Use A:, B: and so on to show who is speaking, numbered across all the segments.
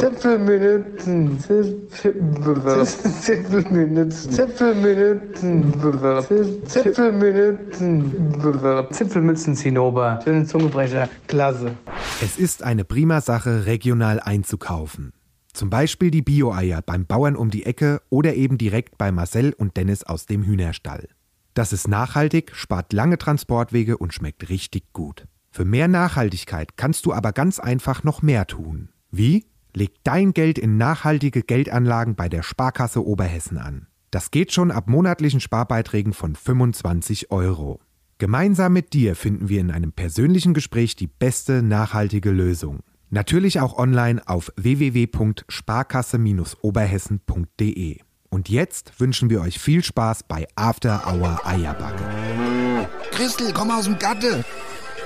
A: Zipfelminuten. Zipfelminuten. Zipfelminuten. Zipfelminuten. Zipfelmützen-Zinnober. Schöne Zungebrecher. Klasse.
B: Es ist eine prima Sache, regional einzukaufen. Zum Beispiel die Bio-Eier beim Bauern um die Ecke oder eben direkt bei Marcel und Dennis aus dem Hühnerstall. Das ist nachhaltig, spart lange Transportwege und schmeckt richtig gut. Für mehr Nachhaltigkeit kannst du aber ganz einfach noch mehr tun. Wie? Leg dein Geld in nachhaltige Geldanlagen bei der Sparkasse Oberhessen an. Das geht schon ab monatlichen Sparbeiträgen von 25 Euro. Gemeinsam mit dir finden wir in einem persönlichen Gespräch die beste nachhaltige Lösung. Natürlich auch online auf www.sparkasse-oberhessen.de. Und jetzt wünschen wir euch viel Spaß bei After Hour Eierbacke.
C: Christel, komm aus dem Gatte.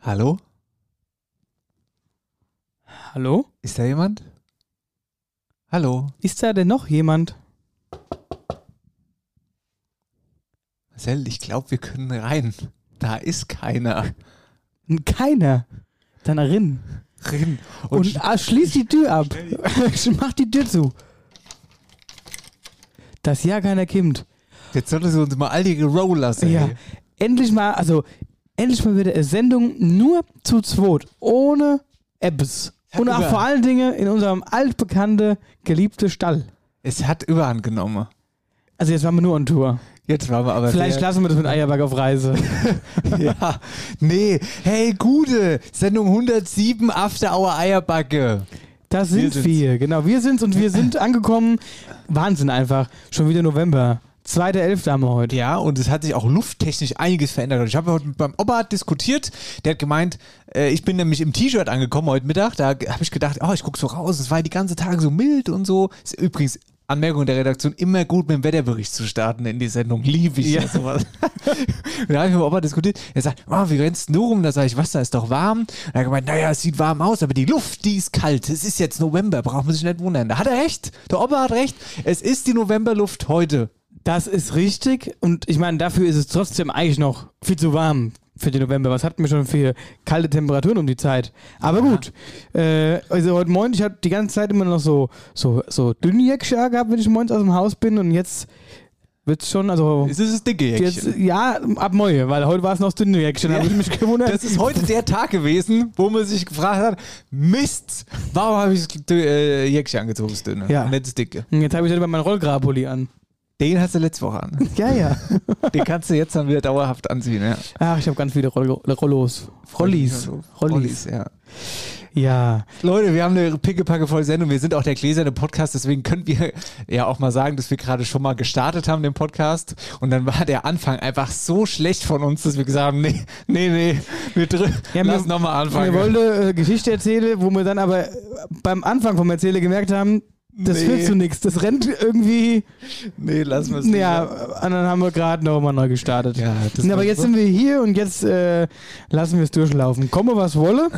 D: Hallo?
E: Hallo?
D: Ist da jemand? Hallo?
E: Ist da denn noch jemand?
D: Marcel, ich glaube, wir können rein. Da ist keiner.
E: Keiner. Dann rin.
D: Rin.
E: Und, ah, schließ die Tür ab. Mach die Tür zu. Dass ja keiner kimmt.
D: Jetzt solltest du uns mal all die Roll lassen.
E: Ja.
D: ey.
E: Endlich mal, also endlich mal wieder eine Sendung nur zu zweit. Ohne Apps.
D: Ja,
E: Und auch
D: über-
E: vor allen Dingen in unserem altbekannte, geliebte Stall.
D: Es hat Überhand genommen.
E: Also jetzt waren wir nur on Tour.
D: Jetzt waren wir aber.
E: Vielleicht
D: sehr,
E: lassen wir das mit Eierback auf Reise.
D: Ja. Nee. Hey, gute. Sendung 107 After Hour Eierbacke.
E: Das sind
D: sind's.
E: wir, genau. Wir sind's und wir sind angekommen. Wahnsinn einfach. Schon wieder November. 2.11. haben wir heute.
D: Ja, und es hat sich auch lufttechnisch einiges verändert. Ich habe heute mit beim Opa diskutiert. Der hat gemeint, äh, ich bin nämlich im T-Shirt angekommen heute Mittag. Da habe ich gedacht, oh, ich gucke so raus. Es war die ganze Tage so mild und so. Ist übrigens Anmerkung der Redaktion, immer gut mit dem Wetterbericht zu starten in die Sendung. Liebe ich ja, sowas. und da habe ich mit dem Opa diskutiert. Er sagt, oh, wie rennst du nur rum? Da sage ich, was, da ist doch warm. Und er hat gemeint, naja, es sieht warm aus, aber die Luft, die ist kalt. Es ist jetzt November, braucht man sich nicht wundern. Da hat er recht. Der Opa hat recht. Es ist die Novemberluft heute.
E: Das ist richtig und ich meine, dafür ist es trotzdem eigentlich noch viel zu warm für den November. Was hatten wir schon für kalte Temperaturen um die Zeit? Aber gut, äh, also heute Morgen, ich habe die ganze Zeit immer noch so, so, so dünne Jäckchen gehabt, wenn ich morgens aus dem Haus bin und jetzt wird's schon, also...
D: Es ist das dicke Jäckchen.
E: Jetzt, ja, ab Moje, weil heute war es noch das dünne Jäckchen, da habe ich mich gewundert.
D: Das ist heute der Tag gewesen, wo man sich gefragt hat, Mist, warum habe ich das äh, Jäckchen angezogen, das dünne,
E: Ja.
D: und nicht das dicke.
E: Und Jetzt habe ich halt immer meinen Rollgrabpulli an.
D: Den hast du letzte Woche an.
E: Ja, ja.
D: Den kannst du jetzt dann wieder dauerhaft anziehen, ja.
E: Ach, ich habe ganz viele Roll Rollos. Ah, Rollis.
D: Rollis,
E: Rollis.
D: ja.
E: Ja.
D: Leute, wir haben eine pickepacke volle Sendung. Wir sind auch der gläserne Podcast, deswegen können wir ja auch mal sagen, dass wir gerade schon mal gestartet haben, den Podcast. Und dann war der Anfang einfach so schlecht von uns, dass wir gesagt haben, nee, nee, nee, wir drücken,
E: Ja,
D: lass
E: wir-
D: nochmal
E: Wir
D: anfangen.
E: wollten äh, Geschichte erzählen, wo wir dann aber äh, beim Anfang vom Erzählen gemerkt haben, das
D: Nee.
E: führt zu nichts. Das rennt irgendwie.
D: nee, lass mal
E: Ja, und dann haben wir gerade nochmal neu gestartet.
D: Ja, das ne?
E: aber
D: war
E: jetzt
D: so.
E: sind wir hier und jetzt äh, lassen wir es durchlaufen. Komme, was wolle.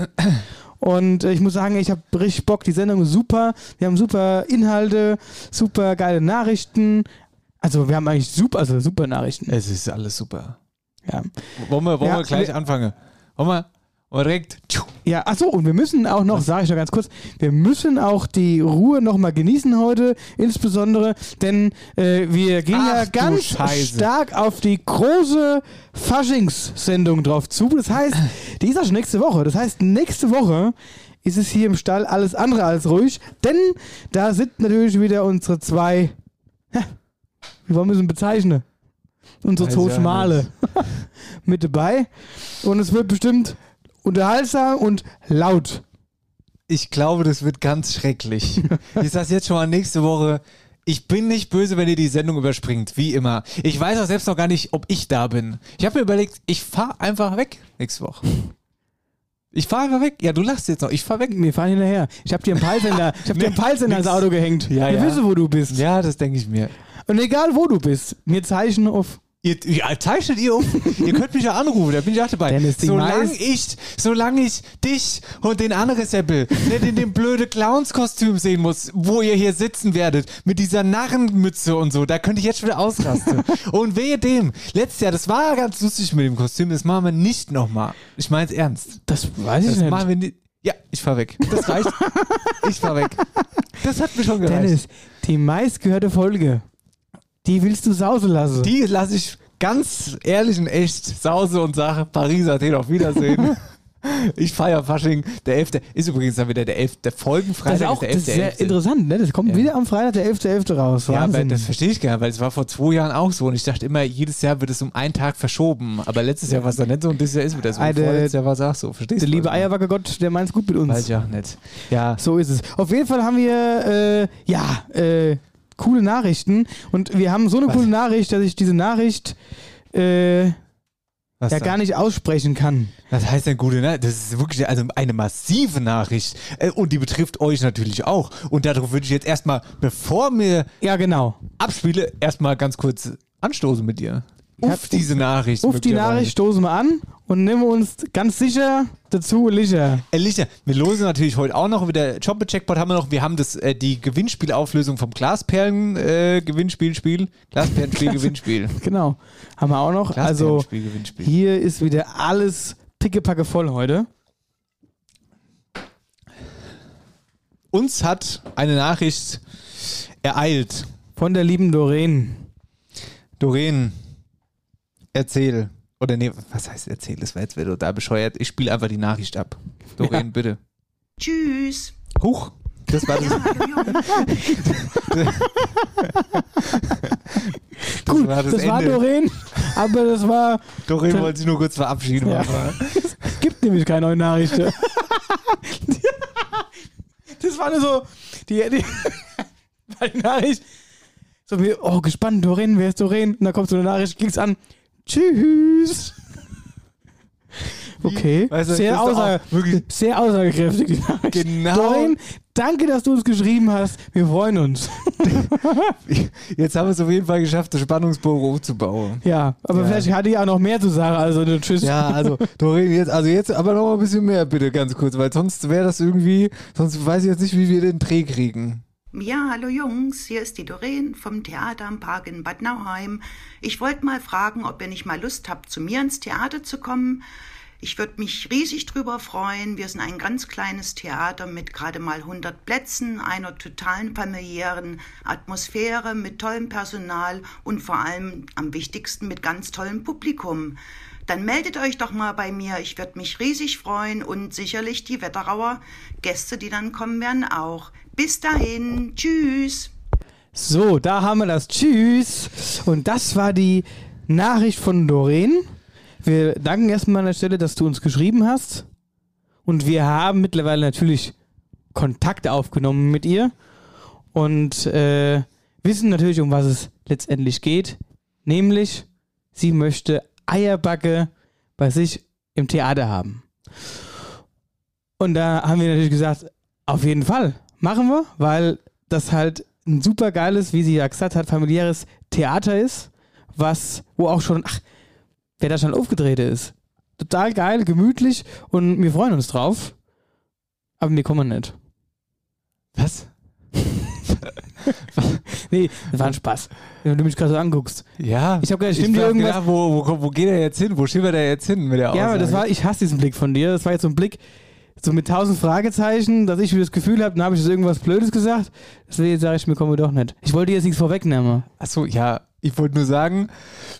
E: Und äh, ich muss sagen, ich habe richtig Bock. Die Sendung ist super. Wir haben super Inhalte, super geile Nachrichten. Also wir haben eigentlich super, also super Nachrichten.
D: Es ist alles super.
E: Ja.
D: Wollen wir, wollen
E: Ja,
D: wir gleich
E: wir-
D: anfangen? Wollen wir, wollen wir direkt. tschu.
E: Ja, ach so, und wir müssen auch noch, sage ich noch ganz kurz, wir müssen auch die Ruhe nochmal genießen heute, insbesondere, denn äh, wir gehen ja
D: Ach, du
E: ganz
D: Scheiße.
E: stark auf die große Faschings-Sendung drauf zu. Das heißt, die ist ja schon nächste Woche. Das heißt, nächste Woche ist es hier im Stall alles andere als ruhig, denn da sind natürlich wieder unsere zwei, hä, wie wollen wir sie bezeichnen? Unsere
D: Weiß
E: zwei
D: ja
E: Schmale mit dabei. Und es wird bestimmt unterhaltsam und laut.
D: Ich glaube, das wird ganz schrecklich. ich sag's jetzt schon mal nächste Woche. Ich bin nicht böse, wenn ihr die Sendung überspringt, wie immer. Ich weiß auch selbst noch gar nicht, ob ich da bin. Ich habe mir überlegt, ich fahre einfach weg nächste Woche. Ich fahre weg. Ja, du lachst jetzt noch. Ich fahre weg.
E: Wir fahren hinterher. Ich habe dir einen Peilsender, ich hab dir einen Peilsender ins Auto gehängt.
D: Ja,
E: wir
D: ja.
E: wissen, wo du bist.
D: Ja, das denke ich mir.
E: Und egal, wo du bist, mir Zeichen auf.
D: Ihr, ja, zeichnet ihr um. ihr könnt mich ja anrufen, da bin ich auch dabei.
E: Dennis, die
D: solange
E: meist-
D: ich, solange ich dich und den anderen Seppel nicht in dem blöde Clownskostüm sehen muss, wo ihr hier sitzen werdet, mit dieser Narrenmütze und so, da könnte ich jetzt schon wieder ausrasten. und wehe dem, letztes Jahr, das war ganz lustig mit dem Kostüm, das machen wir nicht nochmal. Ich meine es ernst.
E: Das weiß
D: Das machen wir nicht. Ja, ich fahr weg. Das reicht. ich fahr weg. Das hat mir schon gereicht.
E: Dennis, die meistgehörte Folge, die willst du sausen lassen.
D: Die lasse ich ganz ehrlich und echt sause und sage, Paris Athen auf Wiedersehen. ich feier Fasching. Der 11. ist übrigens dann wieder der 11. Der Folgenfreitag
E: das ist auch
D: der
E: das ist
D: 11.11..
E: sehr interessant, ne? Das kommt wieder am Freitag, der 11.11. raus.
D: Ja, aber
E: Wahnsinn.
D: das verstehe ich gar nicht, weil es war vor zwei Jahren auch so und ich dachte immer, jedes Jahr wird es um einen Tag verschoben. Aber letztes Jahr war es dann nicht so und dieses Jahr ist wieder so. Und
E: Eine-
D: vorletztes Jahr Also war es auch so. Verstehst
E: der
D: du?
E: liebe
D: was ich meine?
E: Eierwacke Gott, der meint's gut mit uns.
D: Weiß ich auch nicht. Ja,
E: So ist es. Auf jeden Fall haben wir, äh, ja, äh, coole Nachrichten. Und wir haben so eine
D: Was?
E: coole Nachricht, dass ich diese Nachricht äh, ja
D: was dann?
E: gar nicht aussprechen kann.
D: Was heißt denn gute Nachricht? Das ist wirklich also eine massive Nachricht. Äh, Und die betrifft euch natürlich auch. Und darauf würde ich jetzt erstmal, bevor wir
E: Ja, genau.
D: abspiele, erstmal ganz kurz anstoßen mit dir.
E: Ja.
D: Uff, diese Nachricht.
E: Auf die
D: möglicherweise.
E: Nachricht stoßen wir an und nehmen uns ganz sicher dazu Licher.
D: Äh, Lichter, wir losen natürlich heute auch noch wieder Jobbe Checkpot haben wir noch. Wir haben das äh, die Gewinnspielauflösung vom Glasperlen äh, Gewinnspiel Spiel. Glasperlenspiel Gewinnspiel.
E: Genau. Haben wir auch noch. Also
D: Glasperlenspiel Gewinnspiel.
E: hier ist wieder alles pickepacke voll heute.
D: Uns hat eine Nachricht ereilt.
E: Von der lieben Doreen.
D: Doreen, erzähl. Oder nee, was heißt erzähl? Das war jetzt wieder da bescheuert. Ich spiele einfach die Nachricht ab. Doreen, bitte.
F: Tschüss.
D: Huch, das war das. Das
E: Gut, das, war
D: Ende.
E: Doreen, aber das war.
D: Doreen wollte sich nur kurz verabschieden.
E: Ja.
D: aber-
E: Es gibt nämlich keine neuen Nachrichten. das war nur so. Die, die, war die Nachricht. So wie, oh, gespannt, Doreen, wer ist Doreen? Und dann kommt so eine Nachricht, klickst an. Tschüss. Okay,
D: Weißt du,
E: sehr,
D: das ist
E: aussage,
D: auch wirklich-
E: sehr aussagekräftig die Nachricht.
D: Genau.
E: Doreen, danke, dass du uns geschrieben hast. Wir freuen uns.
D: Jetzt haben wir es auf jeden Fall geschafft, das Spannungsbogen aufzubauen.
E: Ja, aber
D: Ja.
E: vielleicht hatte ich auch noch mehr zu sagen, also eine Tschüss.
D: Ja, also Doreen, jetzt, also jetzt aber noch mal ein bisschen mehr bitte, ganz kurz, weil sonst wäre das irgendwie, sonst weiß ich jetzt nicht, wie wir den Dreh kriegen.
F: Ja, hallo Jungs, hier ist die Doreen vom Theater am Park in Bad Nauheim. Ich wollte mal fragen, ob ihr nicht mal Lust habt, zu mir ins Theater zu kommen. Ich würde mich riesig drüber freuen. Wir sind ein ganz kleines Theater mit gerade mal 100 Plätzen, einer totalen familiären Atmosphäre, mit tollem Personal und vor allem am wichtigsten mit ganz tollem Publikum. Dann meldet euch doch mal bei mir. Ich würde mich riesig freuen und sicherlich die Wetterauer Gäste, die dann kommen werden, auch. Bis dahin. Tschüss.
E: So, da haben wir das. Tschüss. Und das war die Nachricht von Doreen. Wir danken erstmal an der Stelle, dass du uns geschrieben hast. Und wir haben mittlerweile natürlich Kontakt aufgenommen mit ihr. Und äh, wissen natürlich, um was es letztendlich geht. Nämlich, sie möchte Eierbacke bei sich im Theater haben. Und da haben wir natürlich gesagt, auf jeden Fall machen wir, weil das halt ein super geiles, wie sie ja gesagt hat, familiäres Theater ist, was, wo auch schon, ach, wer da schon aufgedreht ist. Total geil, gemütlich und wir freuen uns drauf. Aber wir kommen nicht.
D: Was?
E: Nee, das war ein Spaß. Wenn du mich gerade so anguckst.
D: Ja.
E: Ich hab gar nicht- stimmt hier
D: hab
E: irgendwas?
D: gedacht, wo, wo, kommt- wo geht er jetzt hin? Wo schieben wir da jetzt hin mit der
E: Ja, aber
D: Aussage?
E: das war, ich hasse diesen Blick von dir. Das war jetzt so ein Blick, so mit tausend Fragezeichen, dass ich wieder das Gefühl habe, dann habe ich jetzt irgendwas Blödes gesagt. Deswegen sage ich, mir komme doch nicht. Ich wollte jetzt nichts vorwegnehmen.
D: Achso, ja, Ich wollte nur sagen,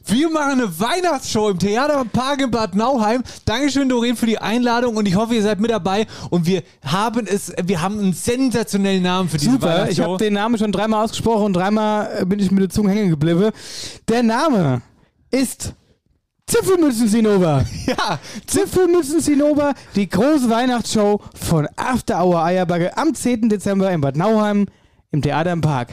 D: wir machen eine Weihnachtsshow im Theater am Park in Bad Nauheim. Dankeschön, Doreen, für die Einladung und ich hoffe, ihr seid mit dabei. Und wir haben es, wir haben einen sensationellen Namen für diese
E: Super, ich
D: Weihnachtsshow.
E: habe den Namen schon dreimal ausgesprochen und dreimal äh, bin ich mit der Zunge hängen geblieben. Der Name ist Zipfelmützen-Zinnober.
D: ja,
E: Zipfelmützen-Zinnober, die große Weihnachtsshow von After Hour Eierbacke am 10. Dezember in Bad Nauheim im Theater im Park.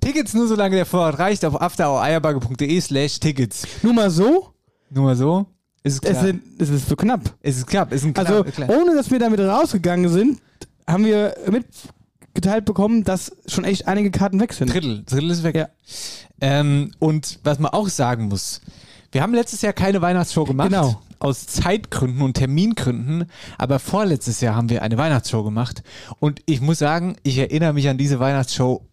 D: Tickets nur solange der Vorrat reicht auf afterhoureierbagge.de slash Tickets.
E: Nur mal so,
D: Nur mal so. Es ist
E: es,
D: knapp.
E: sind, es ist so knapp.
D: Es ist knapp. Es ist ein knapp.
E: Also,
D: klar.
E: ohne dass wir damit rausgegangen sind, haben wir mitgeteilt bekommen, dass schon echt einige Karten weg sind.
D: Drittel. Drittel ist weg.
E: Ja.
D: Ähm, und was man auch sagen muss, wir haben letztes Jahr keine Weihnachtsshow gemacht.
E: Genau.
D: Aus Zeitgründen und Termingründen. Aber vorletztes Jahr haben wir eine Weihnachtsshow gemacht. Und ich muss sagen, ich erinnere mich an diese Weihnachtsshow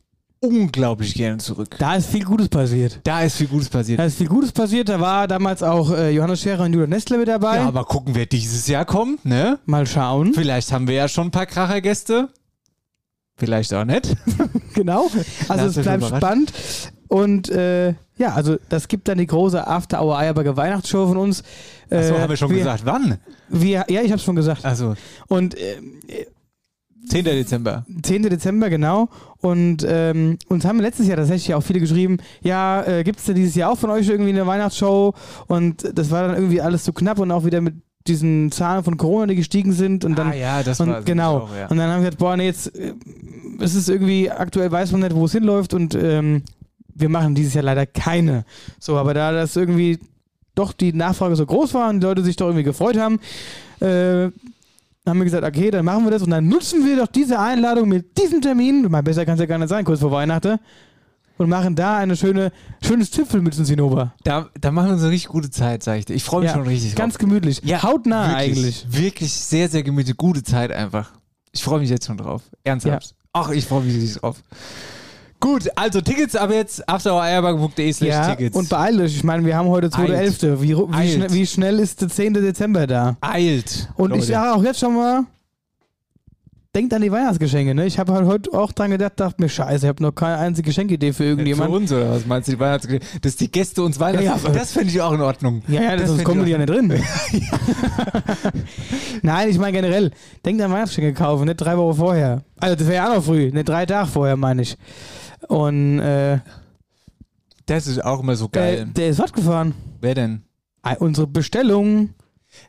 D: unglaublich gerne zurück.
E: Da ist viel Gutes passiert.
D: Da ist viel Gutes passiert.
E: Da ist viel Gutes passiert. Da war damals auch äh, Johannes Scherer und Julian Nestle mit dabei.
D: Ja, aber gucken, wer dieses Jahr kommt, ne?
E: Mal schauen.
D: Vielleicht haben wir ja schon ein paar Krachergäste. Vielleicht auch nicht.
E: Genau. Also
D: Lass
E: es
D: dich
E: bleibt
D: überraschen.
E: spannend. Und äh, ja, also das gibt dann die große After Hour Eierberger Weihnachtsshow von uns. Äh,
D: So haben wir schon
E: wir,
D: gesagt. Wann?
E: Wir, ja, ich habe schon gesagt.
D: Also
E: Und ähm,
D: 10. Dezember.
E: 10. Dezember, genau. Und ähm, uns haben letztes Jahr tatsächlich auch viele geschrieben, ja, äh, gibt es denn dieses Jahr auch von euch irgendwie eine Weihnachtsshow? Und das war dann irgendwie alles zu knapp und auch wieder mit diesen Zahlen von Corona, die gestiegen sind. Und dann,
D: Ah ja, das war
E: und,
D: so
E: genau.
D: auch, ja.
E: Und dann haben wir gesagt, boah, nee, jetzt äh, es ist irgendwie, aktuell weiß man nicht, wo es hinläuft und ähm, wir machen dieses Jahr leider keine. So, aber da das irgendwie doch die Nachfrage so groß war und die Leute sich doch irgendwie gefreut haben, äh, haben wir gesagt, okay, dann machen wir das und dann nutzen wir doch diese Einladung mit diesem Termin, mal besser kann es ja gar nicht sein, kurz vor Weihnachten, und machen da eine schöne, schönes Zipfelmützen-Zinnober.
D: Da, da machen wir uns eine richtig gute Zeit, sag ich dir. Ich freue mich schon richtig
E: ganz
D: drauf.
E: gemütlich. Hautnah
D: wirklich,
E: eigentlich.
D: Wirklich sehr, sehr gemütlich. Gute Zeit einfach. Ich freue mich jetzt schon drauf. Ernsthaft. Ach, ich freue mich richtig drauf. Gut, also Tickets ab jetzt afterhoureierbank.de slash
E: Ja,
D: Tickets.
E: und beeilt euch. Ich meine, wir haben heute
D: Eilt.
E: 2.11. Wie, ru- wie,
D: Eilt.
E: schnell, wie schnell ist der 10. Dezember da?
D: Eilt.
E: Und
D: Leute.
E: ich sage auch jetzt schon mal, denkt an die Weihnachtsgeschenke. Ne? Ich habe halt heute auch dran gedacht, dachte mir, scheiße, ich habe noch keine einzige Geschenkidee für
D: Für
E: irgendjemanden.
D: uns oder was meinst du, die Weihnachtsgeschichte? Dass die Gäste uns Weihnachten.
E: Ja, ja.
D: das finde ich auch in Ordnung.
E: Ja, ja, das,
D: find
E: sonst
D: ich
E: kommen
D: auch-
E: die ja nicht drin. Nein, ich meine generell, denkt an Weihnachtsgeschenke kaufen, nicht drei Wochen vorher. Also das wäre ja auch noch früh, nicht drei Tage vorher, meine ich. Und äh,
D: Das ist auch immer so
E: der,
D: geil.
E: der ist fortgefahren.
D: Wer denn?
E: Ah, Unsere Bestellung,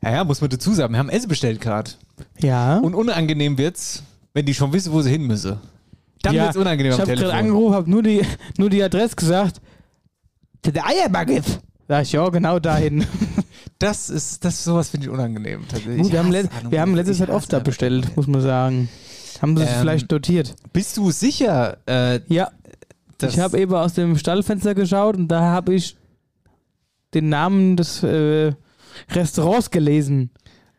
D: Ja, ja, muss man dazu sagen. Wir haben Essen bestellt gerade.
E: ja.
D: Und unangenehm wird's, wenn die schon wissen, wo sie hin müsse. Dann
E: ja,
D: wird's unangenehm
E: Ich
D: am
E: habe gerade
D: Telefon.
E: angerufen, habe nur die, nur die Adresse gesagt. Der Eierbaggif. Sag ich, ja, genau dahin.
D: Das ist, das sowas finde ich unangenehm tatsächlich.
E: Gut, wir haben, let,
D: Ich hasse
E: wir haben
D: Ahnung,
E: letztes
D: ich
E: Jahr
D: hasse
E: oft da
D: Ahnung.
E: bestellt, muss man sagen. Haben sie sich
D: Ähm,
E: vielleicht dotiert.
D: Bist du sicher, äh,
E: Ja,
D: dass
E: ich habe eben aus dem Stallfenster geschaut und da habe ich den Namen des äh, Restaurants gelesen.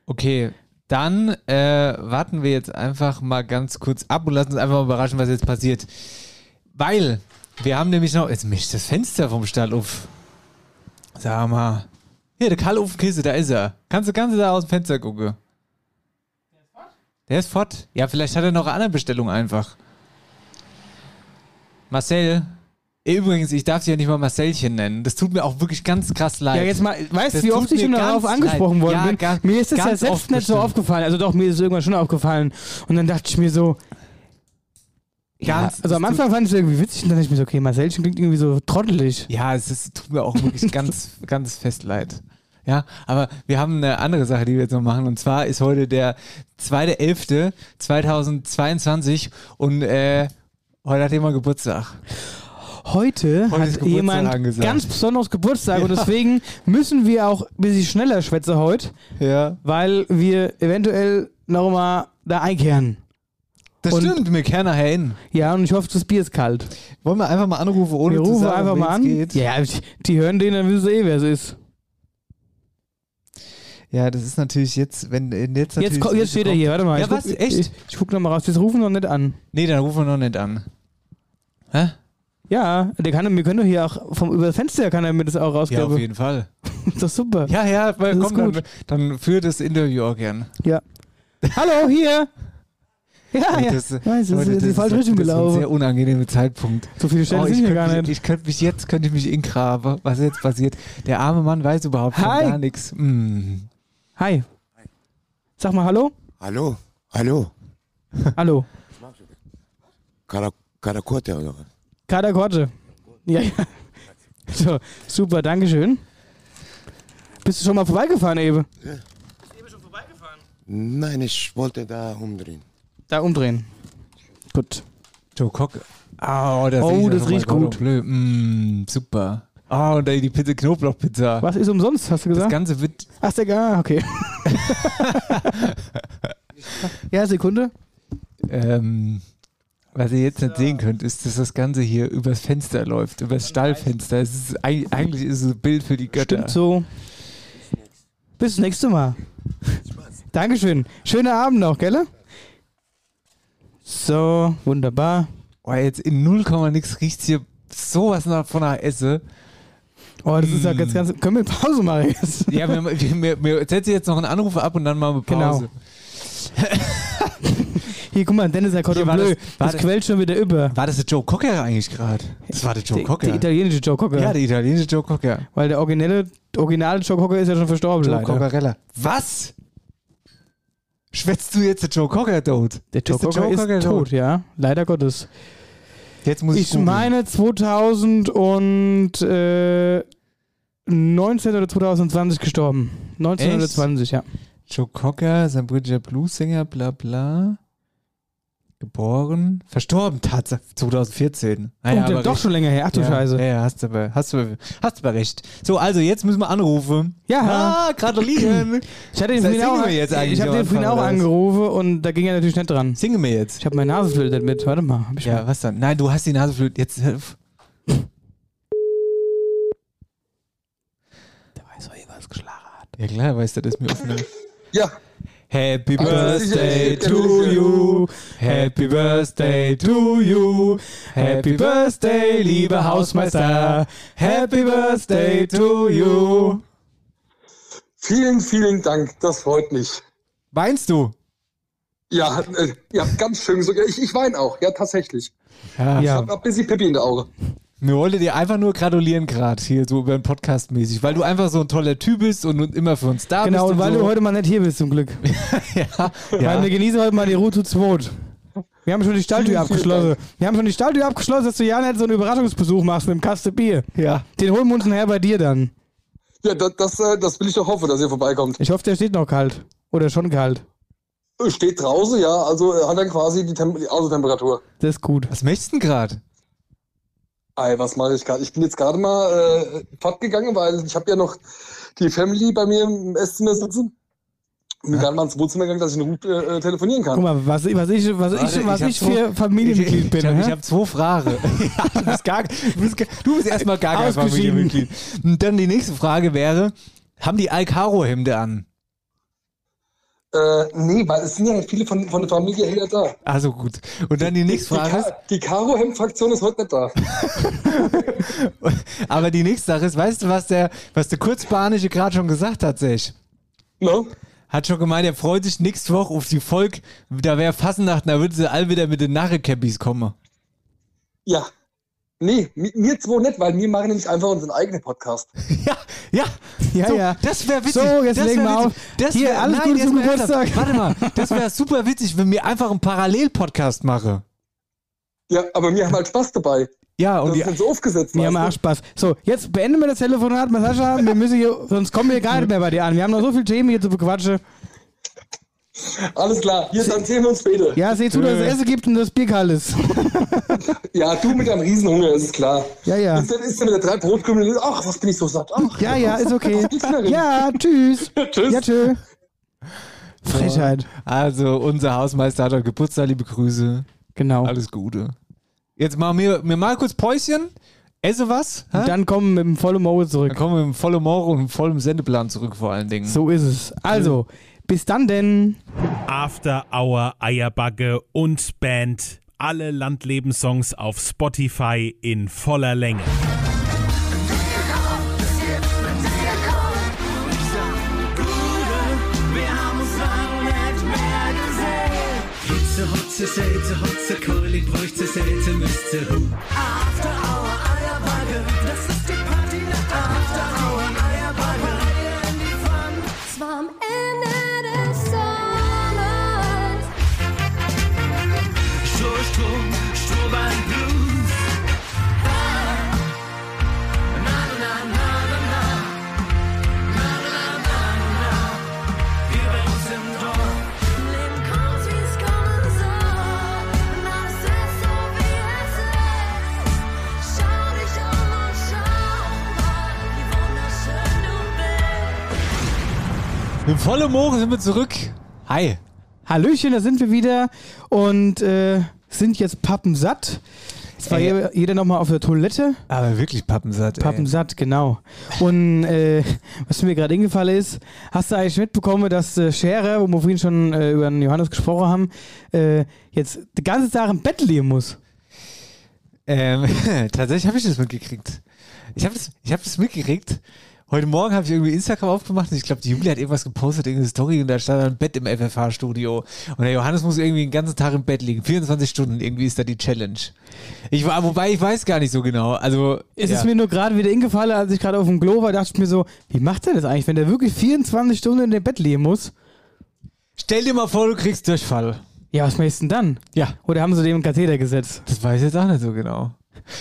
D: Okay, dann äh, warten wir jetzt einfach mal ganz kurz ab und lassen uns einfach mal überraschen, was jetzt passiert. Weil wir haben nämlich noch. Jetzt mischt das Fenster vom Stall auf. Sag mal. Hier, der Karl auf dem Kiste, da ist er. Kannst du ganz da aus dem Fenster gucken? Der ist fort? Ja, vielleicht hat er noch eine andere Bestellung einfach. Marcel. Übrigens, ich darf dich ja nicht mal Marcelchen nennen. Das tut mir auch wirklich ganz krass leid.
E: Ja, jetzt mal, weißt du,
D: Das
E: wie
D: tut
E: oft ich
D: mir
E: schon darauf
D: ganz
E: angesprochen
D: leid.
E: worden
D: Ja,
E: bin?
D: ganz-
E: mir ist das ja
D: ganz
E: selbst
D: oft
E: nicht so
D: bestimmt.
E: aufgefallen. Also doch, mir ist es irgendwann schon aufgefallen. Und dann dachte ich mir so,
D: Ganz-
E: also am
D: das tut-
E: Anfang fand ich es irgendwie witzig und dann dachte ich mir so, okay, Marcelchen klingt irgendwie so trottelig.
D: Ja, es ist, tut mir auch wirklich ganz, ganz fest leid. Ja, aber wir haben eine andere Sache, die wir jetzt noch machen. Und zwar ist heute der 2.11.2022 und äh, heute hat jemand Geburtstag.
E: Heute,
D: Heute
E: hat
D: ist Geburtstag
E: jemand
D: angesagt.
E: ganz besonderes Geburtstag und deswegen müssen wir auch ein bisschen schneller schwätzen heute,
D: Ja,
E: weil wir eventuell nochmal da einkehren.
D: das
E: Und-
D: stimmt. Wir kehren nachher hin.
E: Ja, und ich hoffe, das Bier ist kalt.
D: Wollen wir einfach mal anrufen, ohne
E: Wir
D: zu
E: rufen
D: sagen,
E: einfach
D: um
E: mal an.
D: wen's Geht?
E: Ja, die, die hören den, dann wissen sie eh, wer es ist.
D: ja, das ist natürlich jetzt, wenn wenn jetzt natürlich...
E: Jetzt, ko- jetzt steht er hier, warte mal.
D: Ja,
E: ich guck-
D: was? Echt?
E: Ich, ich guck nochmal raus. Das rufen noch nicht an.
D: Nee, dann rufen wir noch nicht an. Hä?
E: Ja, der kann, wir können doch hier auch vom über das Fenster kann er mir das auch
D: Ja, auf
E: rausgeben.
D: jeden Fall.
E: ist doch super.
D: Ja, ja, weil,
E: Das ist
D: komm, dann,
E: gut.
D: dann führ das Interview auch gern.
E: Ja. Hallo, hier. Ah, Ja, ja.
D: Das,
E: Weiß, das
D: aber
E: ist in die falsche Richtung
D: das ist ein
E: gelaufen.
D: sehr unangenehmer Zeitpunkt. Oh,
E: So viele Stellen
D: ich
E: sind hier
D: könnte
E: gar
D: mich-
E: nicht.
D: Ich könnte mich jetzt, könnte ich mich ingraben, was jetzt passiert. Der arme Mann weiß überhaupt von
E: Hi.
D: gar nichts. Mm.
E: Hi. Sag mal Hallo.
G: Hallo? Hallo?
E: Hallo.
G: Kara- Karakote oder was?
E: Kader Korte. Ja, ja. So, super, Dankeschön. Bist du schon mal vorbeigefahren, Ebe?
G: Nein, ich wollte da umdrehen.
E: Da umdrehen. Gut.
D: Joe Cock. Oh, das,
E: Oh,
D: riecht,
E: das
D: oh mein
E: riecht
D: Gott,
E: gut.
D: oh, blöd. Mm, super. Oh, und ey, die Pizza Knoblauchpizza.
E: Was ist um umsonst, hast du
D: Das
E: gesagt?
D: Ganze wird
E: Ach, ist egal, ah, okay. ja, Sekunde.
D: Ähm, was ihr jetzt nicht sehen könnt, ist, dass das Ganze hier übers Fenster läuft, übers Stallfenster. Es ist, eig- eigentlich ist es ein Bild für die Götter.
E: Stimmt so. Bis zum nächsten Mal. Dankeschön. Schönen Abend noch, gell? So, wunderbar.
D: Oh, jetzt in 0, nix riecht hier sowas nach von einer Esse. Mm.
E: Oh, das ist ja ganz, ganz. Können wir Pause machen jetzt?
D: Ja, wir, wir, wir, wir setzen jetzt noch einen Anruf ab und dann machen wir Pause.
E: Genau. Hier, guck mal, Dennis der Cordon
D: Hier war
E: Bleu.
D: das- war
E: Das
D: das-
E: quellt schon wieder über.
D: War das der Joe Cocker eigentlich gerade? Das war der Joe
E: Der, der
D: Cocker.
E: italienische Joe Cocker.
D: ja, der italienische Joe Cocker.
E: weil der originelle, originale Joe Cocker ist ja schon verstorben,
D: Joe
E: leider.
D: Cockerella. Was? Schwätzt du jetzt der Joe Cocker tot?
E: Der Joe
D: Ist der
E: Cocker
D: Joe
E: ist
D: Cocker
E: tot, ja. Leider Gottes.
D: Jetzt muss ich.
E: Ich meine 2019 äh, 19 oder 2020 gestorben. 19
D: Echt?
E: oder 20, ja.
D: Joe Cocker, sein britischer Blues-Sänger, bla bla. Geboren, verstorben, Tatsache, 2014.
E: Oh, dann
D: aber
E: doch
D: recht.
E: schon länger her. Ach du
D: ja,
E: Scheiße.
D: Ja, ja hast, du aber, hast, du, aber- hast du aber recht. So, also jetzt müssen wir anrufen.
E: Ja.
D: Ah, gratulieren.
E: Ich hatte den
D: Das
E: vorhin
D: singen
E: auch,
D: wir jetzt eigentlich
E: ich hab
D: am
E: den vorhin
D: Anfang,
E: auch
D: oder was?
E: angerufen und da ging er natürlich nicht dran.
D: Singe mir jetzt.
E: Ich habe meine Nasenflöte mit. Warte mal. Hab ich
D: Ja,
E: mal.
D: was dann? Nein, du hast die Nase flöten. Jetzt.
E: Der weiß doch eh, was geschlagen hat.
D: Ja, klar, weißt du, das ist mir offen.
H: Ja,
D: Happy
E: Also,
H: Also, das ist ja-
D: Birthday
E: eh
H: das ist
D: to
H: ja-
D: you. Happy Birthday to
E: Genau,
D: you. Happy Birthday, lieber Hausmeister. Happy Birthday to you.
H: vielen, vielen Dank. Das freut mich.
D: Weinst du?
H: Ja, äh, ihr habt ganz schön so. Ich, ich weine auch, ja, tatsächlich.
D: Ja.
E: Ja.
H: Hab ein bisschen Pippi in der Auge.
D: Mir wollte dir einfach nur gratulieren gerade hier so über den Podcast mäßig, weil du einfach so ein toller Typ bist und, und immer für uns da
E: Genau,
D: bist.
E: und weil
D: so.
E: du heute mal nicht hier bist, zum Glück.
D: ja,
E: Weil
D: ja.
E: wir genießen heute mal die Ruhe zu zweit. Wir haben schon die Stalltür abgeschlossen. Wir haben schon die Stalltür abgeschlossen, dass du ja nicht so einen Überraschungsbesuch machst mit dem Kasten Bier.
D: ja.
E: Den holen wir uns nachher bei dir dann.
H: Ja, das, das, äh, das will ich doch hoffen, dass ihr vorbeikommt.
E: Ich hoffe, der steht noch kalt. Oder schon kalt.
H: Äh, Steht draußen, ja, also äh, hat dann quasi die, Tem die Außentemperatur.
E: Das ist gut.
D: Was möchtest du denn gerade?
H: Ey, was mache ich gerade? Ich bin jetzt gerade mal äh, fortgegangen, weil ich habe ja noch die Family bei mir im Esszimmer sitzen. Bin gerade mal ins Wohnzimmer gegangen, dass ich gut äh, telefonieren kann.
E: Guck mal, was, was ich, was
D: Warte,
E: ich, was
D: hab
E: ich
D: zwei-
E: für Familienmitglied bin.
D: Ich, ich, ich
E: hä?
D: habe zwei Fragen. ja, du, bist gar, du, bist, gar- du bist erstmal gar kein
E: Ausgeschieden.
D: Familienmitglied. Und dann die nächste Frage wäre, haben die Alcaro-Hemde an?
H: Äh, nee, weil es sind ja nicht viele von, von der Familie hier da.
D: Also gut. Und dann die nächste Frage ist,
H: Die, Ka- die Karo-Hemd-Fraktion ist heute nicht da.
D: aber die nächste Sache ist, weißt du, was der, was der Kurzbanische gerade schon gesagt hat, Sech?
H: No?
D: Hat schon gemeint, er freut sich nächste Woche auf die Volk, da wäre Fasnacht, da würden sie all wieder mit den Narre-Cappies kommen.
H: Ja. Nee, mi- mir zwei nicht, weil wir machen nämlich einfach unseren eigenen Podcast.
D: Ja, ja,
E: Ja,
D: so,
E: ja.
D: Das wäre witzig.
E: So, jetzt
D: das
E: legen
D: wär
E: wir
D: witzig.
E: auf.
D: Das
E: Hier,
D: wär,
E: alles
D: nein,
E: Gute
D: jetzt
E: zum
D: mal ernsthaft.
E: Geburtstag.
D: Warte mal, das wäre super witzig, wenn wir einfach einen Parallel-Podcast mache.
H: Ja, aber wir haben halt Spaß dabei.
D: Ja,
H: Das
D: und die,
H: ist dann so aufgesetzt.
E: Wir
H: weißt
E: haben
H: du?
E: auch Spaß. So, jetzt beenden wir das Telefonat mit Sascha. Wir müssen hier, sonst kommen wir gar nicht mehr bei dir an. Wir haben noch so viele Themen hier zu bequatschen.
H: Alles klar, hier, dann sehen wir uns später. Ja,
E: Ja, seh zu,
H: Äh.
E: dass es Essen gibt und das Bier kalt ist.
H: du mit deinem Riesenhunger, ist es klar.
E: Ja, ja.
H: Ist dann ist dann mit der drei Brotkrümel, ach, was bin ich so satt. Ach,
E: Ja, ja, ist okay. Ja, tschüss.
H: tschüss.
E: Ja, tschö. Frechheit.
D: also unser Hausmeister hat heute Geburtstag, liebe Grüße.
E: Genau. Und
D: Alles Gute. Jetzt machen wir, wir mal kurz Päuschen, esse was, hä?
E: dann kommen wir mit dem vollen Mode
D: dann
E: zurück.
D: kommen wir mit vollem Moro und vollem Sendeplan zurück vor allen Dingen.
E: So ist es. Also, bis dann denn.
I: After Hour Eierbacke und Band. Alle Landlebenssongs auf Spotify in voller Länge.
J: Hitze, Hotze Hotze, Sätze, Hotze, Keuli, bräuchte Sätze, müsste Hu. After Hour Eierbacke, das ist die Party nach After Hour Eierbacke.
K: Zwar am Ende des Sommers.
J: Stroh, Strom, Strohbein, Blues. Na, na, na, na, na. Na, na, na, na. Hier bei uns im Dorf. Leben kommt, wie's kommen soll. Und alles ist so, wie es ist. Schau dich um und schau mal, wie wunderschön du bist.
D: Mit vollem Moore sind wir zurück. Hi.
E: Hallöchen, da sind wir wieder und äh, sind jetzt pappensatt. Es war
D: Ey.
E: jeder jeder nochmal auf der Toilette.
D: Aber wirklich pappensatt. ey.
E: Pappensatt, genau. Und äh, was mir gerade eingefallen ist, hast du eigentlich mitbekommen, dass äh, Scherer, wo wir vorhin schon äh, über den Johannes gesprochen haben, äh, jetzt die ganze Zeit im Bett liegen muss.
D: Ähm, tatsächlich habe ich das mitgekriegt. Ich habe das, ich hab das mitgekriegt. Heute Morgen habe ich irgendwie Instagram aufgemacht und ich glaube, die Julia hat irgendwas gepostet, irgendeine Story und da stand ein Bett im FFH-Studio. Und der Johannes muss irgendwie den ganzen Tag im Bett liegen. 24 Stunden irgendwie ist da die Challenge. Ich war, wobei ich weiß gar nicht so genau. Also,
E: Es
D: ja.
E: ist mir nur gerade wieder eingefallen, als ich gerade auf dem Klo war, dachte ich mir so, wie macht er das eigentlich, wenn der wirklich 24 Stunden in dem Bett liegen muss?
D: Stell dir mal vor, du kriegst Durchfall.
E: Ja, was machst du denn dann?
D: Ja.
E: Oder haben sie dem einen Katheter gesetzt?
D: Das weiß ich jetzt auch nicht so genau.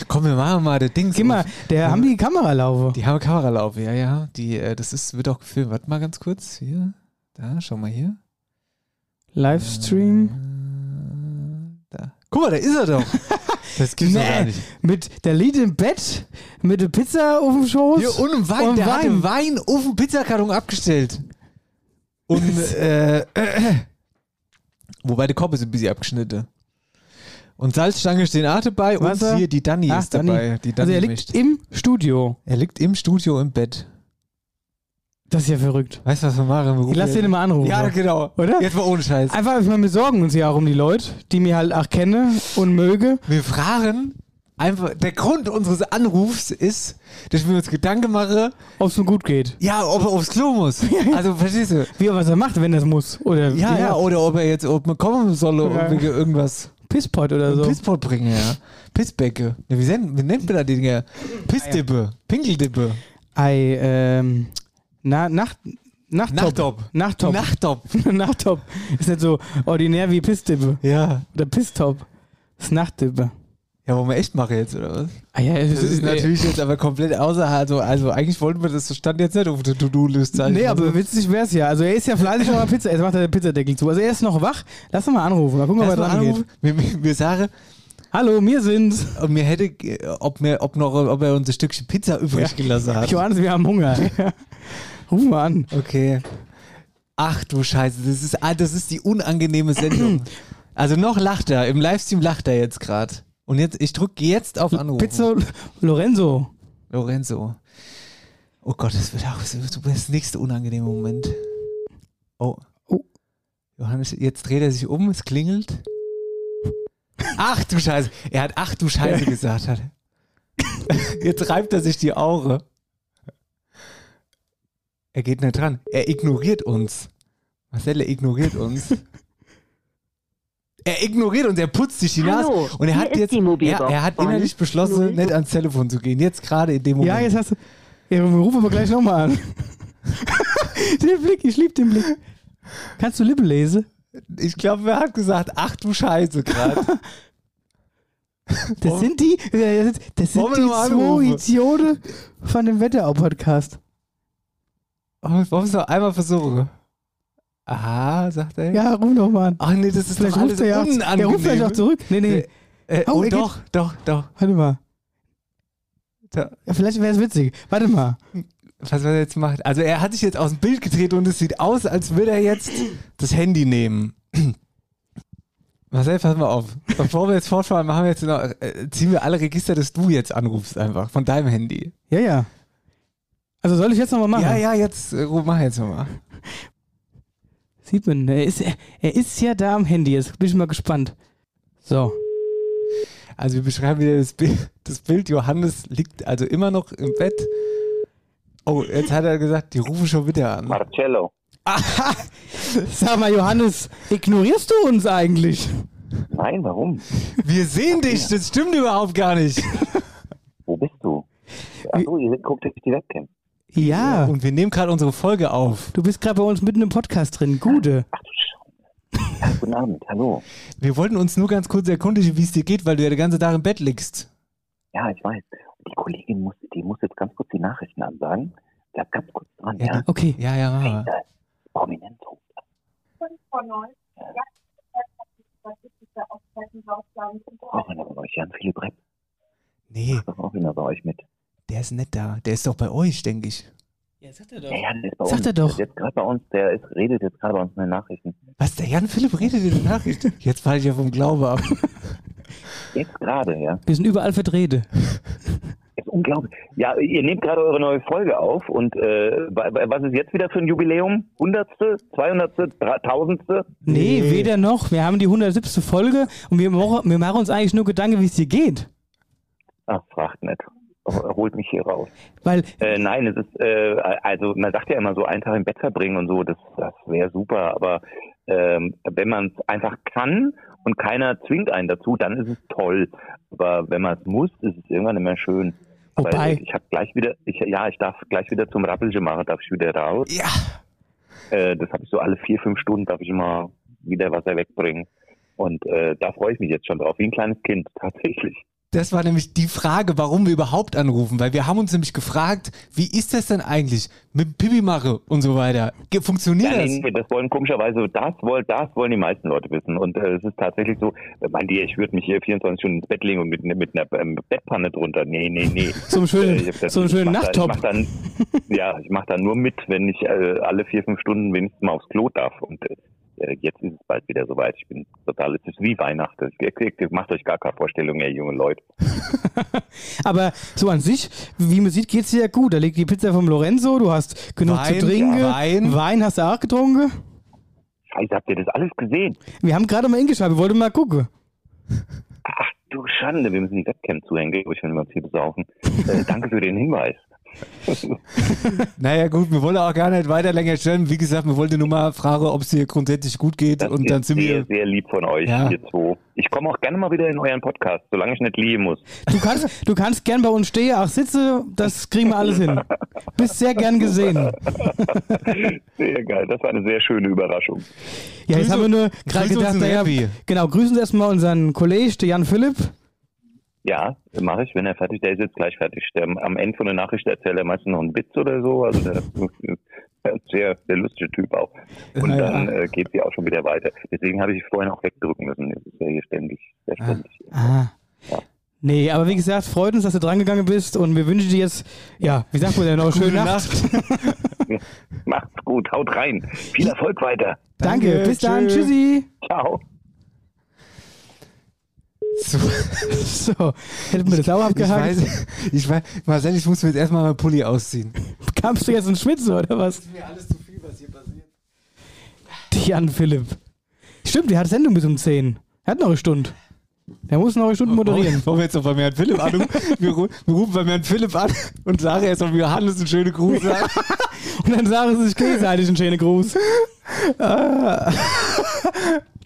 D: Komm, wir machen mal das Ding.
E: Geh mal, der haben die Kamera laufen.
D: Die haben Kameralaufe, ja, ja. Die, äh, das ist, wird auch gefilmt. Warte mal ganz kurz. Hier. Da, schau mal hier.
E: Livestream.
D: Äh, Da. Guck mal, da ist er doch. Das gibt's doch gar
E: Nee,
D: nicht.
E: mit der Lied im Bett, mit der Pizza auf dem Schoß.
D: Hier und im Wein,
E: Und
D: der hat
E: Wein.
D: den Wein auf den Pizzakarton abgestellt. Und, äh, wobei der Kopf ist ein bisschen abgeschnitten. Und Salzstange stehen auch dabei
E: Wasser.
D: und hier, die Dani
E: Ah,
D: ist
E: Dani.
D: dabei. Die Dani
E: also er liegt
D: mischt.
E: im Studio.
D: er liegt im Studio im Bett.
E: Das ist ja verrückt.
D: Weißt du, was wir machen? Wir rufen
E: Ich lass den mal anrufen.
D: Ja, genau.
E: Oder?
D: Jetzt mal ohne Scheiß.
E: Einfach, ich meine, wir sorgen uns ja auch um die Leute, die mir halt auch kenne und möge.
D: Wir fragen einfach, der Grund unseres Anrufs ist, dass wir uns Gedanken machen,
E: Ob es mir gut geht.
D: ja, ob er aufs Klo muss. Also, verstehst du?
E: Wie er was er macht, wenn das muss. Oder
D: Ja, ja, oder ob er jetzt, ob man kommen soll, ob
E: Ja.
D: wir irgendwas,
E: Pisspot oder so.
D: Pisspot bringen, ja. Pissbecke. Ja, wie, sen- wie nennt man das Ding ja?
E: Ah,
D: Pissdippe, Pinkeldippe,
E: Ei, ähm, na, Nacht, Nachttop. Nachttop.
D: Nachttop. Nachttop.
E: Nachttop. Ist nicht so ordinär wie Pisstippe.
D: Ja.
E: Oder Pisstop. Das ist Nachttippe.
D: Ja, wollen wir echt machen jetzt, oder was?
E: Ah ja,
D: Das ist natürlich jetzt aber komplett außer, also, also eigentlich wollten wir das stand jetzt nicht auf der To-Do-List sein.
E: Nee, aber witzig wär's ja. Also er ist ja fleißig noch mal Pizza. Jetzt macht er den Pizzadeckel zu. Also er ist noch wach. Lass ihn mal anrufen. Mal gucken, ob er
D: Lass mal
E: dran
D: anrufen.
E: geht.
D: Wir, wir, wir sagen,
E: Hallo, wir sind's.
D: ob mir hätte, ob mir, ob noch, ob er uns ein Stückchen Pizza übrig gelassen hat.
E: Johannes, wir haben Hunger. Ja. Ruf mal an.
D: Okay. Ach du Scheiße, das ist, ah, das ist die unangenehme Sendung. Also noch lacht er, im Livestream lacht er jetzt gerade. Und jetzt, ich drücke jetzt auf Anrufen.
E: Pizza Lorenzo.
D: Lorenzo. Oh Gott, das wird auch, das wird das nächste unangenehme Moment. Oh.
E: Oh.
D: Johannes, jetzt dreht er sich um, es klingelt. Ach du Scheiße. Er hat ach du Scheiße gesagt. Hat. er. Jetzt reibt er sich die Aure. Er geht nicht dran. Er ignoriert uns. Marcel, er ignoriert uns. Er ignoriert uns, er putzt sich die Nase.
L: Hallo,
D: und er
L: hier
D: hat
L: ist
D: jetzt,
L: die Mobilbox
D: er, er hat
L: von
D: innerlich beschlossen,
L: 0.
D: nicht ans Telefon zu gehen. Jetzt gerade in dem Moment.
E: Ja, jetzt hast du. Ja, wir rufen aber gleich nochmal an. den Blick, ich lieb den Blick. Kannst du Lippen lesen?
D: Ich glaube, wer hat gesagt, ach du Scheiße gerade.
E: Das sind die, das sind- das sind
D: Wollen wir
E: die
D: noch mal
E: zwei
D: anrufen?
E: Idioten von dem Wetterau-Podcast.
D: Oh, ich brauch's noch einmal versuchen. Aha, sagt er.
E: Ja, ruf doch mal an.
D: Ach nee, das ist
E: Vielleicht
D: doch alles
E: ruft er ja auch,
D: unangenehm.
E: der ruft vielleicht auch zurück. Nee, nee,
D: Äh,
E: Oh,
D: oh,
E: er geht-
D: doch, doch, doch,
E: warte mal.
D: doch.
E: Ja, vielleicht wäre es witzig. Warte mal.
D: Was er jetzt macht. Also er hat sich jetzt aus dem Bild gedreht und es sieht aus, als würde er jetzt das Handy nehmen. Marcel, pass mal auf. Bevor wir jetzt fortfahren, machen wir jetzt noch, äh, ziehen wir alle Register, dass du jetzt anrufst einfach von deinem Handy.
E: Ja, ja. Also soll ich jetzt nochmal machen?
D: Ja, ja, jetzt äh, Ruth, mach jetzt nochmal.
E: Sieht man, er ist, er ist ja da am Handy. Jetzt bin ich mal gespannt. So.
D: Also wir beschreiben wieder das Bild. Das Bild Johannes liegt also immer noch im Bett. Oh, jetzt hat er gesagt, die rufen schon wieder an.
M: Marcello.
E: Sag mal, Johannes, ignorierst du uns eigentlich?
L: Nein, warum?
D: Wir sehen dich, das stimmt überhaupt gar nicht.
L: Wo bist du? Achso, ihr guckt durch die Webcam.
E: Ja.
D: Und wir nehmen gerade unsere Folge auf.
E: Du bist gerade bei uns mitten im Podcast drin. Gute.
L: Guten Abend, hallo.
D: Wir wollten uns nur ganz kurz erkundigen, wie es dir geht, weil du ja den ganzen Tag im Bett liegst.
L: Ja, ich weiß. Die Kollegin muss, die muss jetzt ganz kurz die Nachrichten ansagen. Bleib ganz kurz dran, ja?
D: Okay. Ja, ja, mach mal.
L: Prominent. Auch einer von euch, Jan Philipp Repp.
D: Nee.
L: Doch auch einer bei euch mit.
D: Der ist nicht da. Der ist doch bei euch, denke ich.
E: Ja, sagt
L: Der Jan ist bei
D: Sagt
L: uns.
D: er doch.
L: Der ist jetzt gerade bei uns. Der ist, redet jetzt gerade bei uns in den Nachrichten.
D: Was, der Jan Philipp redet in den Nachrichten? Jetzt falle ich ja vom Glaube ab.
L: Jetzt gerade, ja.
E: Wir sind überall verdrehte.
L: Ist unglaublich. Ja, ihr nehmt gerade eure neue Folge auf und äh, wa- wa- was ist jetzt wieder für ein Jubiläum? Hundertste, zweihundertste, Dra- tausendste?
E: Nee, weder noch. Wir haben die 170. Folge und wir, mo- wir machen uns eigentlich nur Gedanken, wie es dir geht.
L: Ach, fragt nicht. Oh, Holt mich hier raus.
E: Weil,
L: Äh, nein, es ist, äh, also man sagt ja immer so, einen Tag im Bett verbringen und so, das, das wäre super, aber ähm, wenn man es einfach kann und keiner zwingt einen dazu, dann ist es toll. Aber wenn man es muss, ist es irgendwann immer schön. Aber
E: Wobei-
L: ich habe gleich wieder, ich, ja, ich darf gleich wieder zum Rappelchen machen, darf ich wieder raus.
D: Ja.
L: Äh, das habe ich so alle vier, fünf Stunden, darf ich immer wieder was wegbringen. Und äh, da freue ich mich jetzt schon drauf, wie ein kleines Kind, tatsächlich.
D: Das war nämlich die Frage, warum wir überhaupt anrufen, weil wir haben uns nämlich gefragt, wie ist das denn eigentlich mit Pipi mache und so weiter? Ge- Funktioniert
L: Ja,
D: das?
L: nee, nee, das wollen komischerweise, das, woll, das wollen die meisten Leute wissen. Und äh, es ist tatsächlich so, äh, meint ihr, ich würde mich hier 24 Stunden ins Bett legen und mit, mit einer ähm, Bettpanne drunter. Nee, nee, nee. Äh,
E: So einen schönen-
L: ich hab gesagt,
E: so einen
L: ich
E: schönen
L: mach da-
E: Nachttop.
L: Ich mach dann, ja, ich mache da nur mit, wenn ich äh, alle vier, fünf Stunden wenigstens mal aufs Klo darf. Und äh, jetzt ist es bald wieder soweit. Ich bin total, es ist wie Weihnachten. Ihr, ihr macht euch gar keine Vorstellung mehr, junge Leute.
E: aber so an sich, wie man sieht, geht's dir ja gut. Da liegt die Pizza vom Lorenzo, du hast genug
L: Wein,
E: zu trinken.
L: ja, Wein.
E: Wein hast du auch getrunken.
L: Scheiße, habt ihr das alles gesehen?
E: Wir haben gerade mal hingeschaut, wir wollten mal gucken.
L: Du Schande, wir müssen die Webcam zuhängen, glaub ich, wenn wir uns hier besaufen. Äh, danke für den Hinweis.
D: Naja gut, wir wollen auch gar nicht weiter länger stellen. Wie gesagt, wir wollten nur mal fragen, ob es dir grundsätzlich gut geht und dann
L: ist
D: sind
L: sehr,
D: wir...
L: sehr lieb von euch,
D: Ja.
L: ihr zwei. Ich komme auch gerne mal wieder in euren Podcast, solange ich nicht lieben muss.
E: Du kannst, du kannst gern bei uns stehen, auch sitze, das kriegen wir alles hin. Bist sehr gern gesehen.
L: Sehr geil, das war eine sehr schöne Überraschung.
E: Ja, jetzt
L: Grüße-
E: haben wir nur gerade
L: grüße
E: gedacht,
L: unseren
E: naja,
L: Rabbi.
E: genau, grüßen Sie erstmal unseren Kollegen, den Jan Philipp.
L: Ja, mache ich, wenn er fertig, der ist jetzt gleich fertig. Der, am Ende von der Nachricht erzählt er meistens noch einen Witz oder so. Also der, der ist sehr, sehr lustige Typ auch. Und
D: Ja, ja.
L: dann äh, geht sie auch schon wieder weiter. Deswegen habe ich vorhin auch wegdrücken müssen. Das ist ja hier ständig, sehr ständig.
E: Ah. Nee, aber wie gesagt, freut uns, dass du drangegangen bist und wir wünschen dir jetzt, ja, wie sagt man denn noch, schöne Nacht.
L: Macht's gut, haut rein. Viel Erfolg weiter.
E: Hm. Danke,
D: Danke,
E: bis dann,
D: tschö.
E: tschüssi.
L: Ciao.
D: So,
E: so hätten wir das auch abgehakt.
D: Ich weiß, ich weiß, Marcel, ich muss mir jetzt erstmal meinen Pulli ausziehen.
E: Kamst du jetzt in Schwitzen oder was?
D: ist mir alles zu viel, was hier passiert.
E: Dich an, Philipp. Stimmt, der hat Sendung bis um 10. Er hat noch eine Stunde. Der muss noch eine
L: Oh,
E: Stunde moderieren.
D: Oh, Wollen wir jetzt noch bei mir an Philipp anrufen? Wir, ru- wir rufen bei mir an Philipp an und sagen erstmal, wir Johannes einen schönen Gruß.
E: und dann sagen sie sich gegenseitig einen schönen Gruß.
D: Ah.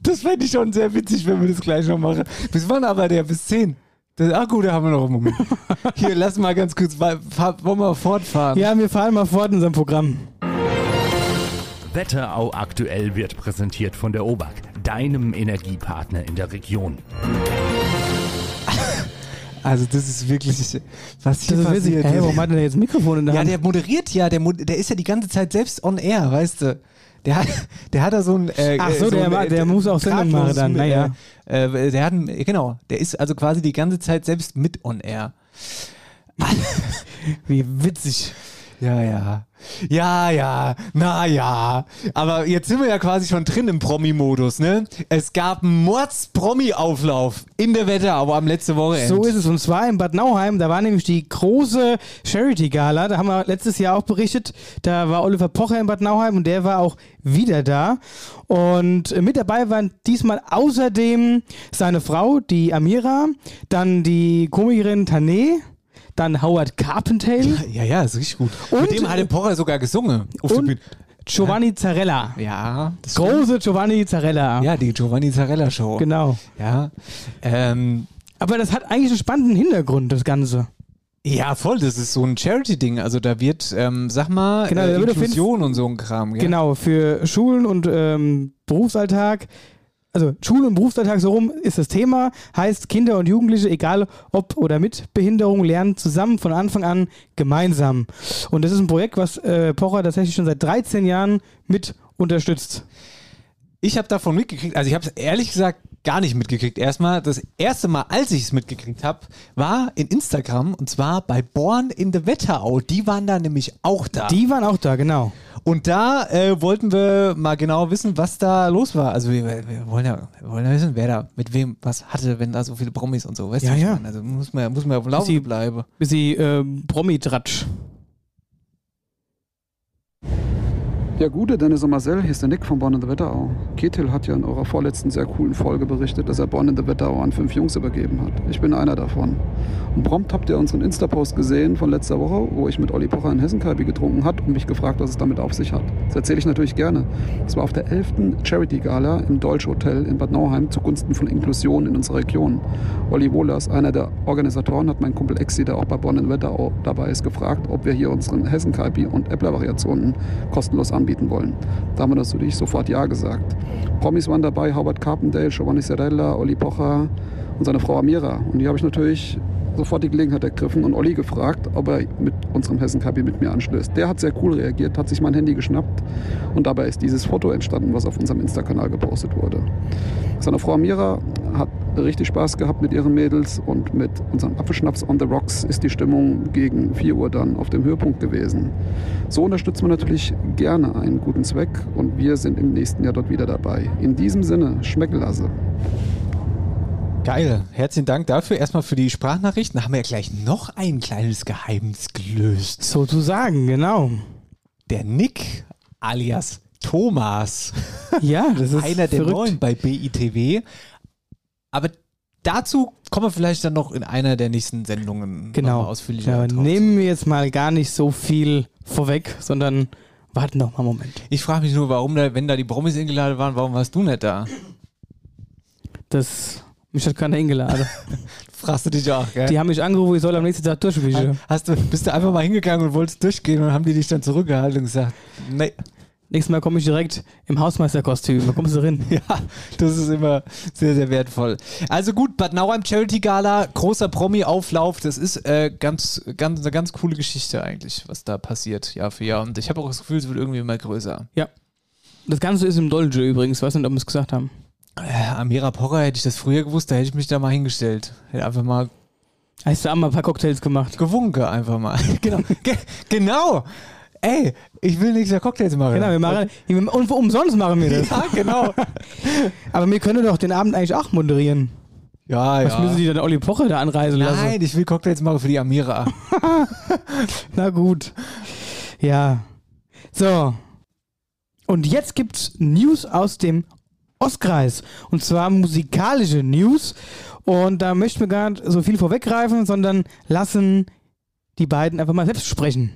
D: Das fände ich schon sehr witzig, wenn wir das gleich noch machen. Bis wann aber der? Bis 10. Das, ah gut, da haben wir noch einen Moment. Hier, lass mal ganz kurz, wa- fahr- wollen wir fortfahren?
E: Ja, wir fahren mal fort in unserem Programm.
M: Wetterau aktuell wird präsentiert von der OBAK, deinem Energiepartner in der Region.
D: Also das ist wirklich, was hier
E: Das ist witzig.
D: passiert.
E: Hey, warum hat er jetzt ein Mikrofon in der
D: Ja,
E: Hand?
D: der moderiert ja, der, mo- der ist ja die ganze Zeit selbst on air, weißt du. Der hat, der hat da so ein... Äh,
E: Ach so, der
D: ein,
E: ma- der muss auch Sendung machen dann, naja.
D: Äh, äh, der hat ein, genau, der ist also quasi die ganze Zeit selbst mit on air.
E: Wie witzig.
D: Ja, ja. Ja, ja. Na ja. Aber jetzt sind wir ja quasi schon drin im Promi-Modus, ne? Es gab einen Mords-Promi-Auflauf in der Wetterau am letzten Wochenende.
E: So ist es. Und zwar in Bad Nauheim, da war nämlich die große Charity-Gala. Da haben wir letztes Jahr auch berichtet. Da war Oliver Pocher in Bad Nauheim und der war auch wieder da. Und äh, mit dabei waren diesmal außerdem seine Frau, die Amira, dann die Komikerin Tané, dann Howard Carpentale.
D: Ja, ja, ist richtig gut.
E: Und-
D: Mit dem hat der Pocher sogar gesungen auf der
E: Und
D: Bühne.
E: Giovanni Zarella.
D: Ja.
E: Große Giovanni Zarella.
D: Ja, die Giovanni Zarella Show.
E: Genau.
D: Ja. Ähm,
E: Aber das hat eigentlich einen spannenden Hintergrund, das Ganze.
D: Ja, voll, das ist so ein Charity-Ding. Also da wird, ähm, sag mal,
E: Genau, da
D: äh,
E: wird auf jeden
D: Inklusion und so ein Kram. Gell?
E: Genau, für Schulen und ähm, Berufsalltag. Also Schule und Berufsalltag so rum ist das Thema. Heißt, Kinder und Jugendliche, egal ob oder mit Behinderung, lernen zusammen von Anfang an gemeinsam. Und das ist ein Projekt, was äh, Pocher tatsächlich schon seit 13 Jahren mit unterstützt.
D: Ich habe davon mitgekriegt, also ich habe es ehrlich gesagt gar nicht mitgekriegt. Erstmal, das erste Mal, als ich es mitgekriegt habe, war in Instagram und zwar bei Born in the Wetterau. Die waren da nämlich auch da.
E: Die waren auch da, genau.
D: Und da äh, wollten wir mal genau wissen, was da los war. Also wir, wir, wollen ja, wir wollen ja wissen, wer da mit wem was hatte, wenn da so viele Promis und so. Weißt
E: Ja,
D: du, was ich
E: ja.
D: meine? Also muss man, muss man auf dem Laufenden bleiben.
E: Bis sie ähm, Promi-Tratsch.
N: Ja, gute, Dennis und Marcel, hier ist der Nick von Born in the Wetterau. Ketil hat ja in eurer vorletzten sehr coolen Folge berichtet, dass er Born in the Wetterau an fünf Jungs übergeben hat. Ich bin einer davon. Und prompt habt ihr unseren Insta-Post gesehen von letzter Woche, wo ich mit Olli Pocher in Hessenkalbi getrunken hat und mich gefragt, was es damit auf sich hat. Das erzähle ich natürlich gerne. Es war auf der 11. Charity-Gala im Deutsch Hotel in Bad Nauheim zugunsten von Inklusion in unserer Region. Olli Wohlers, einer der Organisatoren, hat meinen Kumpel Exi, der auch bei Bonn in Wetterau dabei ist, gefragt, ob wir hier unseren Hessen-Kalbi und Äppler-Variationen kostenlos anbieten wollen. Da haben wir natürlich sofort Ja gesagt. Promis waren dabei, Howard Carpendale, Giovanni Serella, Olli Pocher und seine Frau Amira. Und die habe ich natürlich sofort die Gelegenheit ergriffen und Olli gefragt, ob er mit unserem Hessen-Kapi mit mir anschließt. Der hat sehr cool reagiert, hat sich mein Handy geschnappt und dabei ist dieses Foto entstanden, was auf unserem Insta-Kanal gepostet wurde. Seine Frau Amira hat richtig Spaß gehabt mit ihren Mädels und mit unserem Apfelschnaps on the Rocks ist die Stimmung gegen 4 Uhr dann auf dem Höhepunkt gewesen. So unterstützt man natürlich gerne einen guten Zweck und wir sind im nächsten Jahr dort wieder dabei. In diesem Sinne, Schmeckelasse.
D: Geil. Herzlichen Dank dafür. Erstmal für die Sprachnachrichten. Haben wir ja gleich noch ein kleines Geheimnis gelöst.
E: Sozusagen, genau.
D: Der Nick alias Thomas.
E: Ja, das ist
D: Einer der
E: verrückt.
D: neuen bei BITW. Aber dazu kommen wir vielleicht dann noch in einer der nächsten Sendungen
E: Genau.
D: nochmal
E: Ja,
D: ausführlicher.
E: nehmen wir jetzt mal gar nicht so viel vorweg, sondern warten noch mal einen Moment.
D: Ich frage mich nur, warum da, wenn da die Promis eingeladen waren, warum warst du nicht da?
E: Das, mich hat keiner eingeladen.
D: Fragst du dich auch, gell?
E: Die haben mich angerufen, ich soll am nächsten Tag durchwischen.
D: Hast du, bist du einfach mal hingegangen und wolltest durchgehen und haben die dich dann zurückgehalten und gesagt, nee.
E: Nächstes Mal komme ich direkt im Hausmeisterkostüm. Da kommst du rein.
D: ja, das ist immer sehr, sehr wertvoll. Also gut, Bad Nauheim Charity Gala, großer Promi-Auflauf. Das ist äh, ganz, ganz, eine ganz coole Geschichte eigentlich, was da passiert, Jahr für Jahr. Und ich habe auch das Gefühl, es wird irgendwie immer größer.
E: Ja. Das Ganze ist im Dolce übrigens. Weiß nicht, ob wir es gesagt haben.
D: Äh, Amira Pocher hätte ich das früher gewusst, da hätte ich mich da mal hingestellt. Hätte einfach mal.
E: Hast du auch mal ein paar Cocktails gemacht?
D: Gewunke einfach mal. genau. Ge genau. Ey, ich will nichts mehr Cocktails machen.
E: Genau, wir machen, und umsonst machen wir das.
D: Ja, genau.
E: Aber wir können doch den Abend eigentlich auch moderieren.
D: Ja,
E: Was
D: ja.
E: müssen die dann Olli Pocher da anreisen lassen?
D: Nein, ich will Cocktails machen für die Amira.
E: Na gut. Ja. So. Und jetzt gibt's News aus dem Ostkreis. Und zwar musikalische News. Und da möchten wir gar nicht so viel vorweggreifen, sondern lassen die beiden einfach mal selbst sprechen.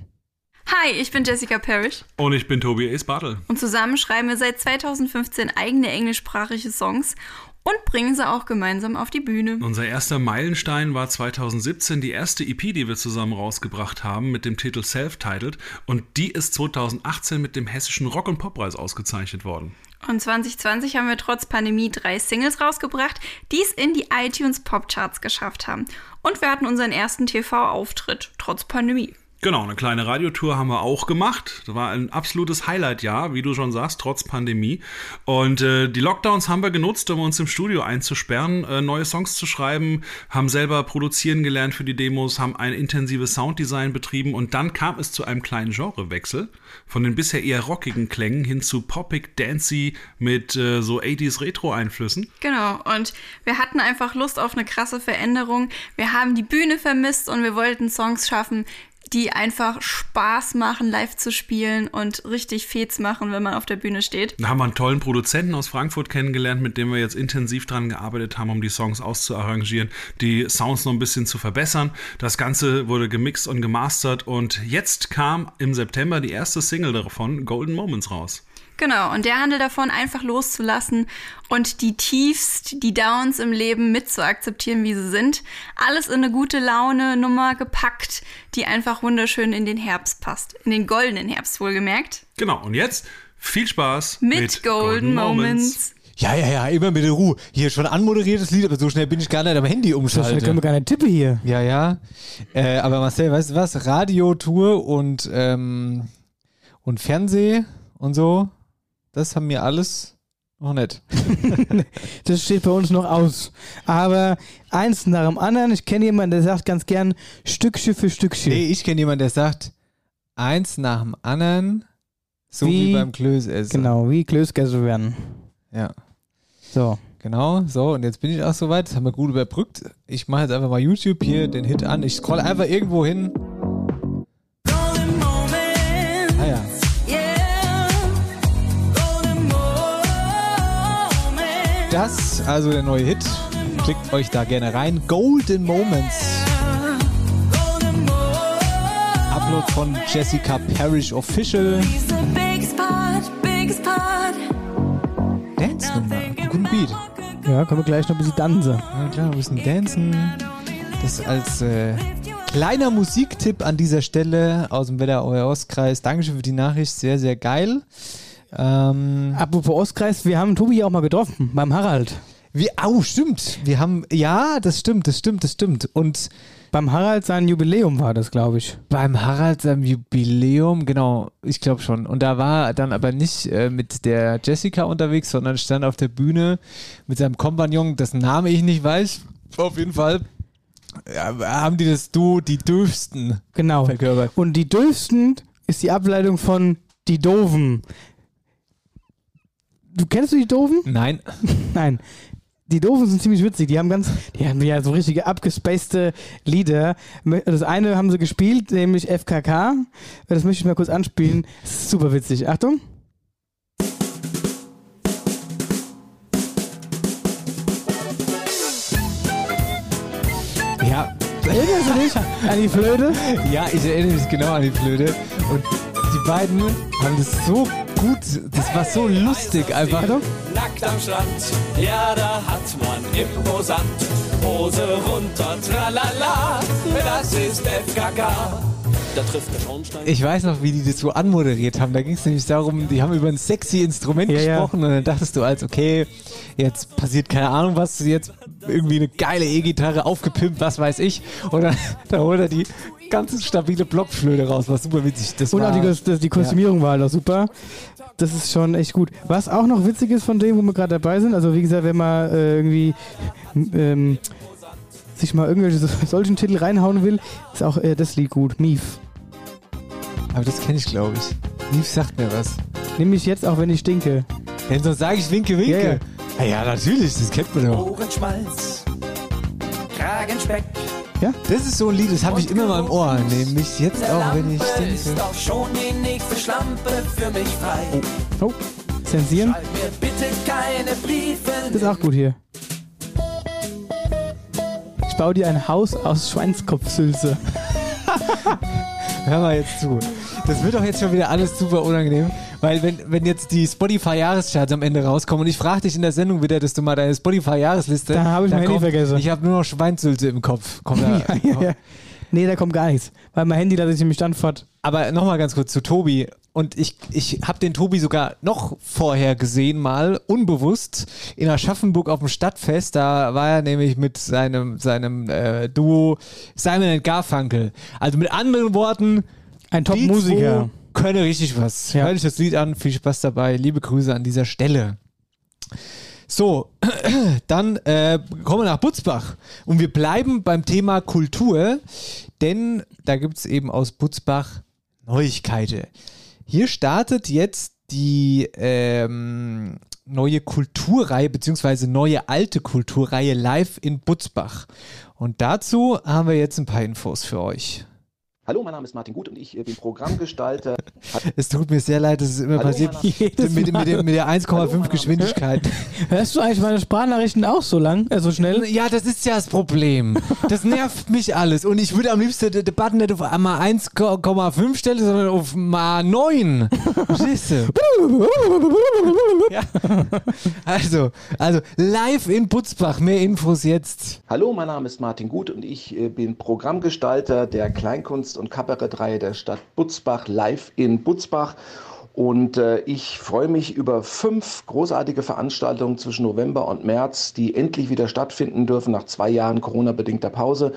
O: Hi, ich bin Jessica Parrish
P: Und ich bin Tobi Bartel.
O: und zusammen schreiben wir seit 2015 eigene englischsprachige Songs und bringen sie auch gemeinsam auf die Bühne.
P: Unser erster Meilenstein war 2017 die erste EP, die wir zusammen rausgebracht haben mit dem Titel Self-Titled und die ist 2018 mit dem Hessischen Rock- und Poppreis ausgezeichnet worden.
O: Und 2020 haben wir trotz Pandemie drei Singles rausgebracht, die es in die iTunes Popcharts geschafft haben. Und wir hatten unseren ersten TV-Auftritt, trotz Pandemie.
P: Genau, eine kleine Radiotour haben wir auch gemacht. Das war ein absolutes Highlight-Jahr, wie du schon sagst, trotz Pandemie. Und äh, die Lockdowns haben wir genutzt, um uns im Studio einzusperren, äh, neue Songs zu schreiben, haben selber produzieren gelernt für die Demos, haben ein intensives Sounddesign betrieben und dann kam es zu einem kleinen Genrewechsel von den bisher eher rockigen Klängen hin zu poppig, dancy mit äh, so 80s Retro-Einflüssen.
O: Genau, und wir hatten einfach Lust auf eine krasse Veränderung. Wir haben die Bühne vermisst und wir wollten Songs schaffen, die einfach Spaß machen, live zu spielen und richtig Fets machen, wenn man auf der Bühne steht.
P: Da haben wir einen tollen Produzenten aus Frankfurt kennengelernt, mit dem wir jetzt intensiv dran gearbeitet haben, um die Songs auszuarrangieren, die Sounds noch ein bisschen zu verbessern. Das Ganze wurde gemixt und gemastert und jetzt kam im September die erste Single davon, Golden Moments, raus.
O: Genau, und der Handel davon, einfach loszulassen und die Tiefs, die Downs im Leben mitzuakzeptieren, wie sie sind. Alles in eine gute Laune Nummer gepackt, die einfach wunderschön in den Herbst passt. In den goldenen Herbst wohlgemerkt.
P: Genau, und jetzt viel Spaß
O: Mit, Golden, Moments.
D: Ja, ja, ja, immer mit der Ruhe. Hier schon anmoderiertes Lied, aber so schnell bin ich gar nicht am Handy umschalten.
E: schnell können wir gar nicht tippen hier.
D: Ja, ja. Äh, aber Marcel, weißt du was? Radiotour und, ähm, und Fernseh und so, das haben wir alles noch nicht.
E: Das steht bei uns noch aus. Aber eins nach dem anderen, ich kenne jemanden, der sagt ganz gern Stückchen für Stückchen.
D: Nee, ich kenne jemanden, der sagt, eins nach dem anderen, so wie, beim Klößessen.
E: Genau, wie Klößgäse werden.
D: Ja.
E: So.
D: Genau, so, und jetzt bin ich auch soweit. Das haben wir gut überbrückt. Ich mache jetzt einfach mal YouTube hier den Hit an. Ich scroll einfach irgendwo hin.
J: Golden Moments.
D: Ah ja.
J: Yeah. Golden Moments.
D: Das, also der neue Hit. Klickt euch da gerne rein. Golden Moments.
J: Golden Moments.
D: Upload von Jessica Parrish Official.
J: He's the biggest part, biggest part.
D: Dance-Nummer. Guten Beat.
E: Ja, können wir gleich noch ein bisschen tanzen.
D: Ja, klar, ein bisschen dancen. Das als äh, kleiner Musiktipp an dieser Stelle aus dem Wetterauer Ostkreis. Dankeschön für die Nachricht. Sehr, sehr geil. Ähm,
E: Apropos Ostkreis, wir haben Tobi ja auch mal getroffen, beim Harald.
D: Wie, au, stimmt. Wir haben, ja, das stimmt, das stimmt, das stimmt. Und
E: beim Harald sein Jubiläum war das, glaube ich.
D: Beim Harald seinem Jubiläum, genau, ich glaube schon. Und da war er dann aber nicht äh, mit der Jessica unterwegs, sondern stand auf der Bühne mit seinem Kompagnon, dessen Name ich nicht weiß. Auf jeden Fall ja, haben die das Du, die Dürfsten.
E: Genau.
D: Verkörpert.
E: Und die Dürfsten ist die Ableitung von die Doofen. Du kennst du die Doofen?
D: Nein.
E: Nein. Die Doofen sind ziemlich witzig. Die haben ganz, die haben ja so richtige abgespacete Lieder. Das eine haben sie gespielt, nämlich FKK. Das möchte ich mal kurz anspielen. Das ist super witzig. Achtung.
D: Ja,
E: Erinnerst du dich an die Flöte?
D: ja, ich erinnere mich genau an die Flöte. Und die beiden haben das so gut, das war so lustig einfach.
Q: Nackt am Strand, ja, da hat man imposant. Hose runter, tralala, das ist FKK. Da trifft der Schornstein.
D: Ich weiß noch, wie die das so anmoderiert haben. Da ging es nämlich darum, die haben über ein sexy Instrument
E: Ja, ja.
D: gesprochen und dann dachtest du als, okay, jetzt passiert keine Ahnung was, jetzt irgendwie eine geile E-Gitarre aufgepimpt, was weiß ich. Und dann, da holt er die ganze stabile Blockflöte raus, was super witzig. Das
E: Und
D: war,
E: auch die, Kos- das, die Kostümierung war halt auch super. Das ist schon echt gut. Was auch noch witzig ist von dem, wo wir gerade dabei sind, also wie gesagt, wenn man äh, irgendwie m- ähm, sich mal irgendwelche so, solchen Titel reinhauen will, ist auch äh, das Lied gut. Mief.
D: Aber das kenne ich, glaube ich. Lief sagt mir was.
E: Nimm mich jetzt auch, wenn ich stinke.
D: Denn sonst sage ich Winke, Winke.
E: Ja, ja.
D: Ah ja, natürlich, das kennt man doch.
Q: Ohrenschmalz, Kragenspeck,
D: Das ist so ein Lied, das habe ich immer mal im Ohr. Nämlich jetzt auch, wenn ich
Q: Lampe ist
D: denke.
Q: auch schon die nächste Schlampe für mich frei.
E: Oh, zensieren.
Q: Schreib mir bitte keine Briefe.
E: Das ist auch gut hier. Ich baue dir ein Haus aus Schweinskopfsülze.
D: Hör mal jetzt zu. Das wird doch jetzt schon wieder alles super unangenehm, weil wenn, wenn jetzt die Spotify-Jahrescharts am Ende rauskommen und ich frage dich in der Sendung wieder, dass du mal deine Spotify-Jahresliste...
E: Da habe ich
D: dann
E: mein Handy
D: kommt,
E: vergessen.
D: Ich habe nur noch Schweinsülze im Kopf. Komm, da,
E: ja, ja. Nee, da kommt gar nichts. Weil mein Handy lasse ich nämlich dann fort.
D: Aber nochmal ganz kurz zu Tobi. Und ich, ich habe den Tobi sogar noch vorher gesehen, mal unbewusst, in Aschaffenburg auf dem Stadtfest. Da war er nämlich mit seinem, seinem äh, Duo Simon and Garfunkel. Also mit anderen Worten,
E: Ein
D: die
E: Top-Musiker.
D: zwei Können richtig was.
E: Ja.
D: Hört euch das Lied an, viel Spaß dabei. Liebe Grüße an dieser Stelle. So, dann äh, kommen wir nach Butzbach. Und wir bleiben beim Thema Kultur, denn da gibt es eben aus Butzbach Neuigkeiten. Hier startet jetzt die ähm, neue Kulturreihe, beziehungsweise neue alte Kulturreihe live in Butzbach. Und dazu haben wir jetzt ein paar Infos für euch.
R: Hallo, mein Name ist Martin Gut und ich äh, bin Programmgestalter.
D: Es tut mir sehr leid, dass es immer
R: Hallo,
D: passiert.
R: mein Name-
D: Mit, mit, mit, der- mit der 1,5 Geschwindigkeit.
E: Hörst du eigentlich meine Sprachnachrichten auch so lang, äh, so schnell?
D: Ja, das ist ja das Problem. Das nervt mich alles. Und ich würde am liebsten den den Button nicht auf mal 1,5 stellen, sondern auf mal 9. Verstehst du? ja. Also, also live in Putzbach. Mehr Infos jetzt.
R: Hallo, mein Name ist Martin Gut und ich äh, bin Programmgestalter der Kleinkunst- und Kabarettreihe der Stadt Butzbach live in Butzbach. Und äh, ich freue mich über fünf großartige Veranstaltungen zwischen November und März, die endlich wieder stattfinden dürfen nach zwei Jahren Corona-bedingter Pause.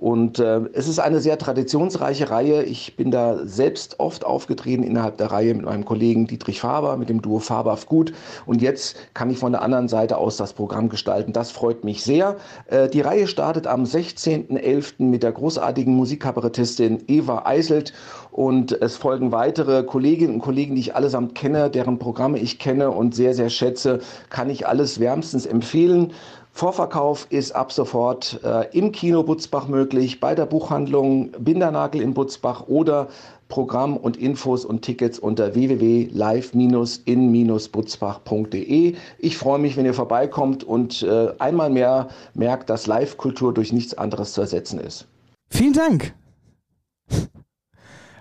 R: Und äh, es ist eine sehr traditionsreiche Reihe. Ich bin da selbst oft aufgetreten innerhalb der Reihe mit meinem Kollegen Dietrich Faber, mit dem Duo Faber auf Gut. Und jetzt kann ich von der anderen Seite aus das Programm gestalten. Das freut mich sehr. Äh, die Reihe startet am 16.11. mit der großartigen Musikkabarettistin Eva Eiselt. Und es folgen weitere Kolleginnen und Kollegen, die ich allesamt kenne, deren Programme ich kenne und sehr, sehr schätze. Kann ich alles wärmstens empfehlen. Vorverkauf ist ab sofort äh, im Kino Butzbach möglich, bei der Buchhandlung Bindernagel in Butzbach oder Programm und Infos und Tickets unter www.live-in-butzbach.de. Ich freue mich, wenn ihr vorbeikommt und äh, einmal mehr merkt, dass Live-Kultur durch nichts anderes zu ersetzen ist.
E: Vielen Dank.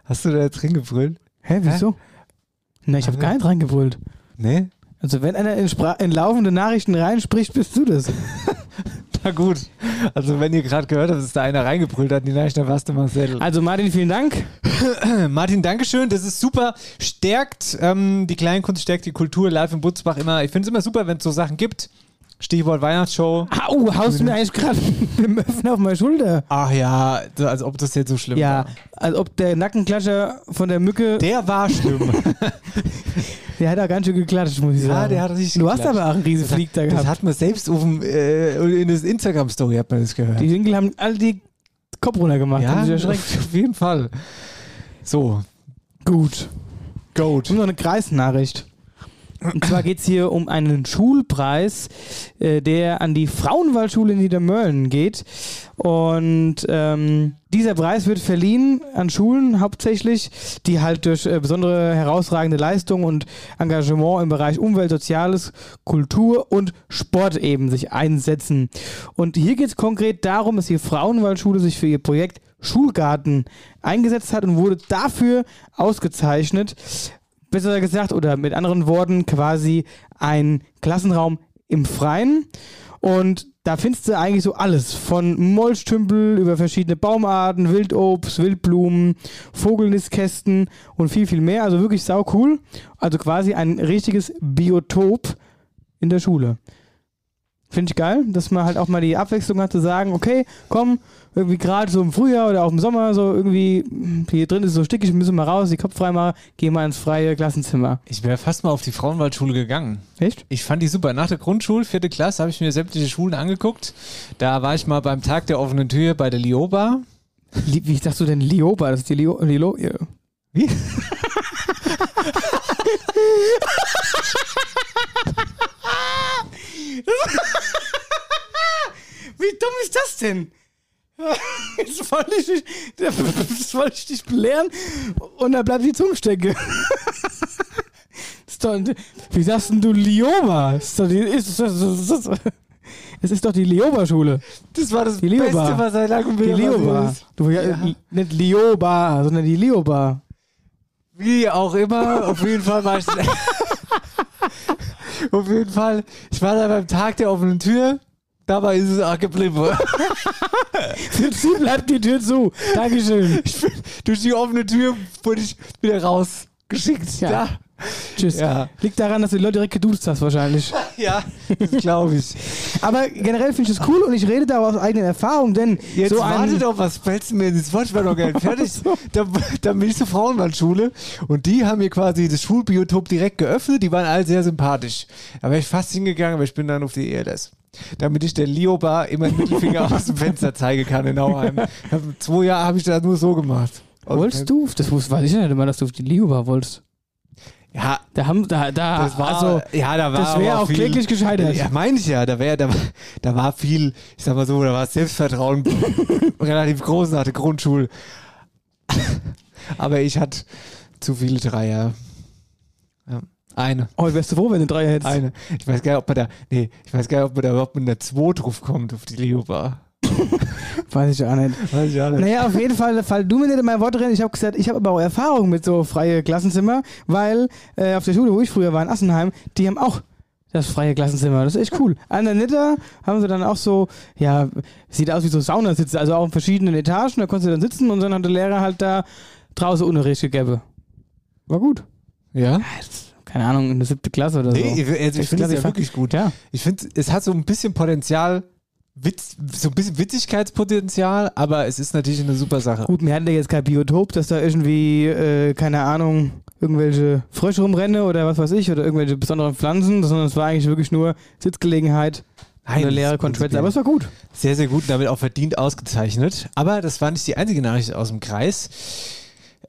D: Hast du da jetzt reingebrüllt?
E: Hä, wieso? Na, ich habe gar nicht reingebrüllt.
D: Nee?
E: Also, wenn einer in, Spra in laufende Nachrichten reinspricht, bist du das.
D: Na gut. Also wenn ihr gerade gehört habt, dass da einer reingebrüllt hat, die Nachricht, dann warst du Marcel.
E: Also Martin, vielen Dank.
D: Martin, Dankeschön. Das ist super. Stärkt ähm, die Kleinkunst, stärkt die Kultur live in Butzbach immer. Ich finde es immer super, wenn es so Sachen gibt. Stichwort Weihnachtsshow.
E: Au, haust du mir eigentlich gerade mit dem Öffner auf meine Schulter?
D: Ach ja, als ob das jetzt so schlimm
E: ja, als ob der Nackenklatscher von der Mücke.
D: Der war schlimm.
E: der hat da ganz schön geklatscht, muss ich sagen.
D: Ja, der hat richtig
E: Du hast
D: geklatscht.
E: aber auch einen riesen
D: Das hat-
E: Flieg da
D: das
E: gehabt.
D: hat man selbst auf dem, äh, in das Instagram-Story hat man das gehört.
E: Die Dinkel haben alle die Kopf runter gemacht.
D: Ja,
E: haben sich erschreckt.
D: auf jeden Fall. So.
E: Gut.
D: Gut.
E: Und noch eine Kreisnachricht. Und zwar geht es hier um einen Schulpreis, äh, der an die Frauenwaldschule in Niedermölln geht. Und ähm, dieser Preis wird verliehen an Schulen hauptsächlich, die halt durch äh, besondere herausragende Leistung und Engagement im Bereich Umwelt, Soziales, Kultur und Sport eben sich einsetzen. Und hier geht es konkret darum, dass die Frauenwaldschule sich für ihr Projekt Schulgarten eingesetzt hat und wurde dafür ausgezeichnet besser gesagt, oder mit anderen Worten, quasi ein Klassenraum im Freien. Und da findest du eigentlich so alles. Von Molchtümpel über verschiedene Baumarten, Wildobst, Wildblumen, Vogelnistkästen und viel, viel mehr. Also wirklich sau cool. Also quasi ein richtiges Biotop in der Schule. Finde ich geil, dass man halt auch mal die Abwechslung hat zu sagen, okay, komm, irgendwie gerade so im Frühjahr oder auch im Sommer, so irgendwie, hm, hier drin ist so stickig, müssen wir raus, die Kopf frei machen, gehen wir ins freie Klassenzimmer.
D: Ich wäre fast mal auf die Frauenwaldschule gegangen.
E: Echt?
D: Ich fand die super. Nach der Grundschule, vierte Klasse, habe ich mir sämtliche Schulen angeguckt. Da war ich mal beim Tag der offenen Tür bei der Lioba.
E: Li Wie sagst du denn Lioba? Das ist die Lio Lilo. ja.
D: Wie?
E: Wie dumm ist das denn? Jetzt wollte ich, dich- jetzt wollte ich dich belehren und da bleibt die Zungenstecke. Ist doch- Wie sagst denn du Lioba? Ist doch die- ist- ist- ist- ist- Es ist doch die Lioba-Schule.
D: Das war das
E: die Lioba.
D: Beste, was seit langem
E: Die
D: wieder passiert
E: Lioba.
D: ist.
E: Du, ja, Nicht Lioba, sondern die Lioba.
D: Wie auch immer, auf jeden Fall war ich. auf jeden Fall, ich war da beim Tag der offenen Tür. Dabei ist es auch geblieben.
E: Für Sie bleibt die Tür zu. Dankeschön.
D: Ich bin, durch die offene Tür wurde ich wieder rausgeschickt.
E: Ja.
D: Ja.
E: Tschüss.
D: Ja.
E: Liegt daran, dass du die Leute direkt geduzt hast wahrscheinlich.
D: Ja, das glaube ich.
E: Aber generell finde ich das cool und ich rede da aber aus eigenen Erfahrungen, denn
D: Jetzt
E: so ein,
D: warte doch, was fällst du mir ins Wort? Ich war noch gar nicht fertig. dann, dann bin ich zur Frauenwaldschule und die haben mir quasi das Schulbiotop direkt geöffnet. Die waren alle sehr sympathisch. Da wäre ich fast hingegangen, aber ich bin dann auf die ELS. Damit ich der Lioba immer den Mittelfinger aus dem Fenster zeigen kann in Nauheim. Hab, zwei Jahre habe ich das nur so gemacht.
E: Wolltest du? Das wusste- weiß ich ja nicht immer, dass du auf die Liuba wolltest.
D: Ja.
E: Da haben, da, da,
D: Das war,
E: also,
D: ja, da war
E: das wäre
D: aber
E: auch
D: viel-
E: kläglich gescheitert.
D: Ja, meine ich ja. Da, wär, da, war- da war viel, ich sag mal so, da war das Selbstvertrauen relativ groß nach der Grundschule. Aber ich hatte zu viele Dreier. Ja. Eine.
E: Oh, wärst du froh, wenn du Dreier hättest?
D: Eine. Ich weiß gar nicht, ob man da, nee, ich weiß gar nicht, ob man da überhaupt mit einer 2 drauf kommt auf die Leobar.
E: Weiß ich auch nicht.
D: Weiß ich auch nicht.
E: Naja, auf jeden Fall, fall du mir nicht in mein Wort rein. Ich habe gesagt, ich habe aber auch Erfahrung mit so freie Klassenzimmer, weil äh, auf der Schule, wo ich früher war, in Assenheim, die haben auch das freie Klassenzimmer. Das ist echt cool. An der Nitter haben sie dann auch so, ja, sieht aus wie so Saunasitze, also auch in verschiedenen Etagen. Da konntest du dann sitzen und dann hat der Lehrer halt da draußen Unterricht gegeben. War gut.
D: Ja?
E: jetzt, keine Ahnung, in der siebten Klasse oder so.
D: Nee, ich- also ich finde es ja
E: fand-
D: wirklich gut.
E: Ja.
D: Ich finde, es hat so ein bisschen Potenzial, Witz, so ein bisschen Witzigkeitspotenzial, aber es ist natürlich eine super Sache.
E: Gut, wir hatten ja jetzt kein Biotop, dass da irgendwie, äh, keine Ahnung, irgendwelche Frösche rumrennen oder was weiß ich oder irgendwelche besonderen Pflanzen, sondern es war eigentlich wirklich nur Sitzgelegenheit
D: Nein,
E: und eine
D: das
E: leere
D: ist
E: Konferenz.
D: prinzipiell
E: Aber es war gut.
D: Sehr, sehr gut und damit auch verdient ausgezeichnet. Aber das war nicht die einzige Nachricht aus dem Kreis.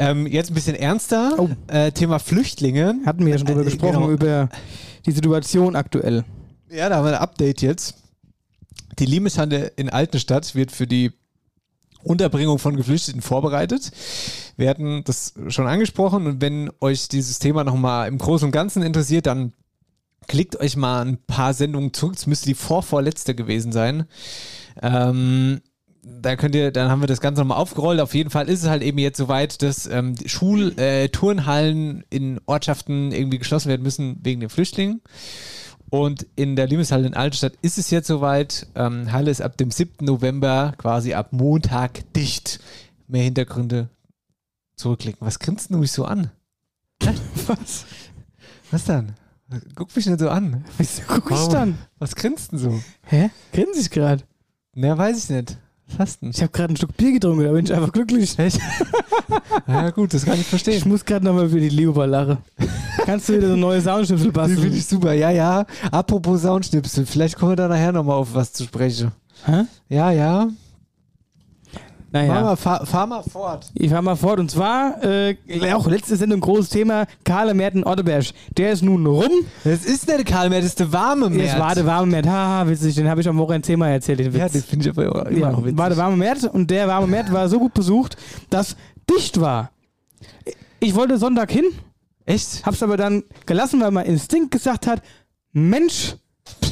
D: Ähm, jetzt ein bisschen ernster. Äh, Thema Flüchtlinge.
E: Oh.
D: Äh, genau.
E: Hatten wir ja schon drüber gesprochen, über die Situation aktuell.
D: Ja, da haben wir ein Update jetzt. Die Limeshandel in Altenstadt wird für die Unterbringung von Geflüchteten vorbereitet. Wir hatten das schon angesprochen und wenn euch dieses Thema nochmal im Großen und Ganzen interessiert, dann klickt euch mal ein paar Sendungen zurück. Es müsste die vorvorletzte gewesen sein. Ähm, da könnt ihr, dann haben wir das Ganze nochmal aufgerollt. Auf jeden Fall ist es halt eben jetzt soweit, dass ähm, die Schul, äh, Turnhallen in Ortschaften irgendwie geschlossen werden müssen wegen den Flüchtlingen. Und in der Limeshalle in Altstadt ist es jetzt soweit. Ähm, Halle ist ab dem 7. November quasi ab Montag dicht. Mehr Hintergründe zurückklicken. Was grinst du mich so an? Was? Was dann? Guck mich nicht so an.
E: Wieso guck ich
D: Warum?
E: dann?
D: Was grinst denn so?
E: Hä? Grinse ich gerade?
D: Na, weiß ich nicht. Was hast denn?
E: Ich habe gerade ein Stück Bier getrunken, da bin ich einfach glücklich.
D: ja gut, das kann ich verstehen.
E: Ich muss gerade nochmal über die Leobar lachen. Kannst du wieder so neue Soundschnipsel basteln?
D: Die finde ich super. Ja, ja. Apropos Soundschnipsel. Vielleicht kommen wir da nachher nochmal auf was zu sprechen.
E: Hä?
D: Ja, ja.
E: Naja.
D: Fahr mal, fahr, fahr mal fort.
E: Ich fahre mal fort. Und zwar, äh, auch letzte Sendung, großes Thema, Karl Merten Ottebersch. Der ist nun rum.
D: Das ist nicht Karl Merten, das ist der warme
E: Das
D: Mert.
E: war der warme Mert. Haha, witzig, den habe ich am Wochenende zehnmal erzählt, den Witz.
D: Ja, den finde ich aber immer
E: Ja,
D: noch witzig.
E: War der warme Mert und der warme Mert war so gut besucht, dass dicht war. Ich wollte Sonntag hin.
D: Echt?
E: Hab's aber dann gelassen, weil mein Instinkt gesagt hat, Mensch,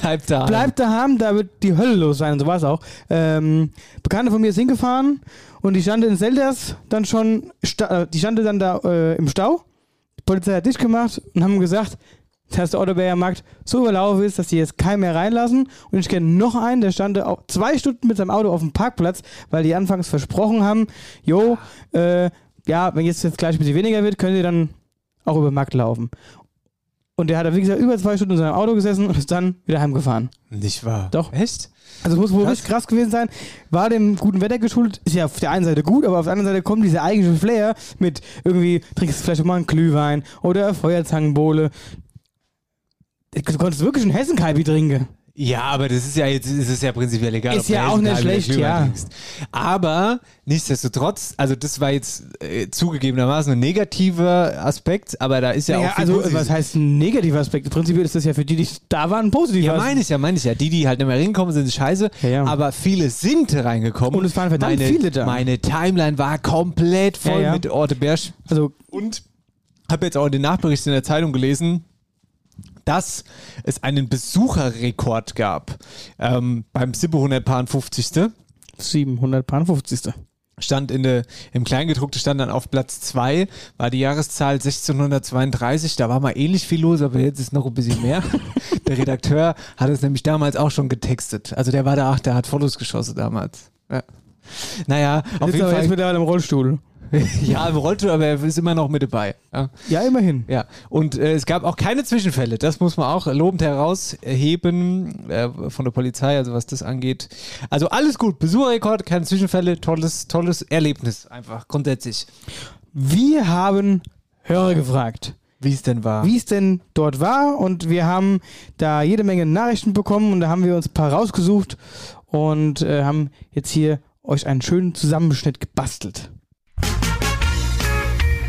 D: bleib da.
E: Bleib daheim, da wird die Hölle los sein. Und so war es auch. Ähm, Bekannte von mir ist hingefahren und die stande in Selders dann schon, sta äh, die stande dann da äh, im Stau. Die Polizei hat dicht gemacht und haben gesagt, dass der Otterberger Markt so überlaufen ist, dass sie jetzt keinen mehr reinlassen. Und ich kenne noch einen, der stande auch zwei Stunden mit seinem Auto auf dem Parkplatz, weil die anfangs versprochen haben, jo, äh, ja, wenn jetzt, jetzt gleich ein bisschen weniger wird, könnt ihr dann auch über den Markt laufen. Und der hat, da, wie gesagt, über zwei Stunden in seinem Auto gesessen und ist dann wieder heimgefahren.
D: Nicht wahr.
E: Doch.
D: Ah. Echt?
E: Also es muss wohl richtig krass gewesen sein. War dem guten Wetter geschuldet. Ist ja auf der einen Seite gut, aber auf der anderen Seite kommt dieser eigentliche Flair mit irgendwie trinkst du vielleicht mal einen Glühwein oder Feuerzangenbowle. Du konntest wirklich einen Hessen-Kalbi trinken.
D: Ja, aber das ist ja jetzt ist es ja prinzipiell egal.
E: Ist
D: ob du
E: ja auch nicht
D: Hesenkleid oder
E: schlecht,
D: Glühwein
E: ja.
D: trinkst. Aber nichtsdestotrotz, also das war jetzt äh, zugegebenermaßen ein negativer Aspekt, aber da ist ja
E: Naja,
D: auch viel
E: also
D: Positives.
E: was heißt ein negativer Aspekt? Prinzipiell ist das ja für die, die da waren, positiv.
D: Ja, meine ich ja, meine ich ja. Die, die halt nicht mehr reinkommen, sind scheiße. Aber viele sind reingekommen. Und es waren
E: verdammt
D: meine,
E: viele da.
D: Meine Timeline war komplett voll
E: Ja, ja.
D: mit Orte Bersch.
E: Also,
D: und habe jetzt auch den Nachbericht in der Zeitung gelesen, dass es einen Besucherrekord gab ähm, beim SIBO 150.
E: 750.
D: Stand in der, im Kleingedruckte stand dann auf Platz 2, war die Jahreszahl 1632, da war mal ähnlich viel los, aber jetzt ist noch ein bisschen mehr. der Redakteur hat es nämlich damals auch schon getextet. Also der war da, ach, der hat Fotos geschossen damals. Ja. Naja, auf
E: Sitzt
D: jeden
E: aber jetzt
D: Fall.
E: mittlerweile im Rollstuhl.
D: Ja, im Rollstuhl, aber er ist immer noch mit dabei. Ja,
E: immerhin.
D: Ja, und äh, es gab auch keine Zwischenfälle. Das muss man auch lobend herausheben äh, von der Polizei, also was das angeht. Also alles gut, Besucherrekord, keine Zwischenfälle, tolles, tolles Erlebnis einfach grundsätzlich.
E: Wir haben Hörer gefragt.
D: Wie es denn war.
E: Wie es denn dort war. Und wir haben da jede Menge Nachrichten bekommen und da haben wir uns ein paar rausgesucht und äh, haben jetzt hier euch einen schönen Zusammenschnitt gebastelt.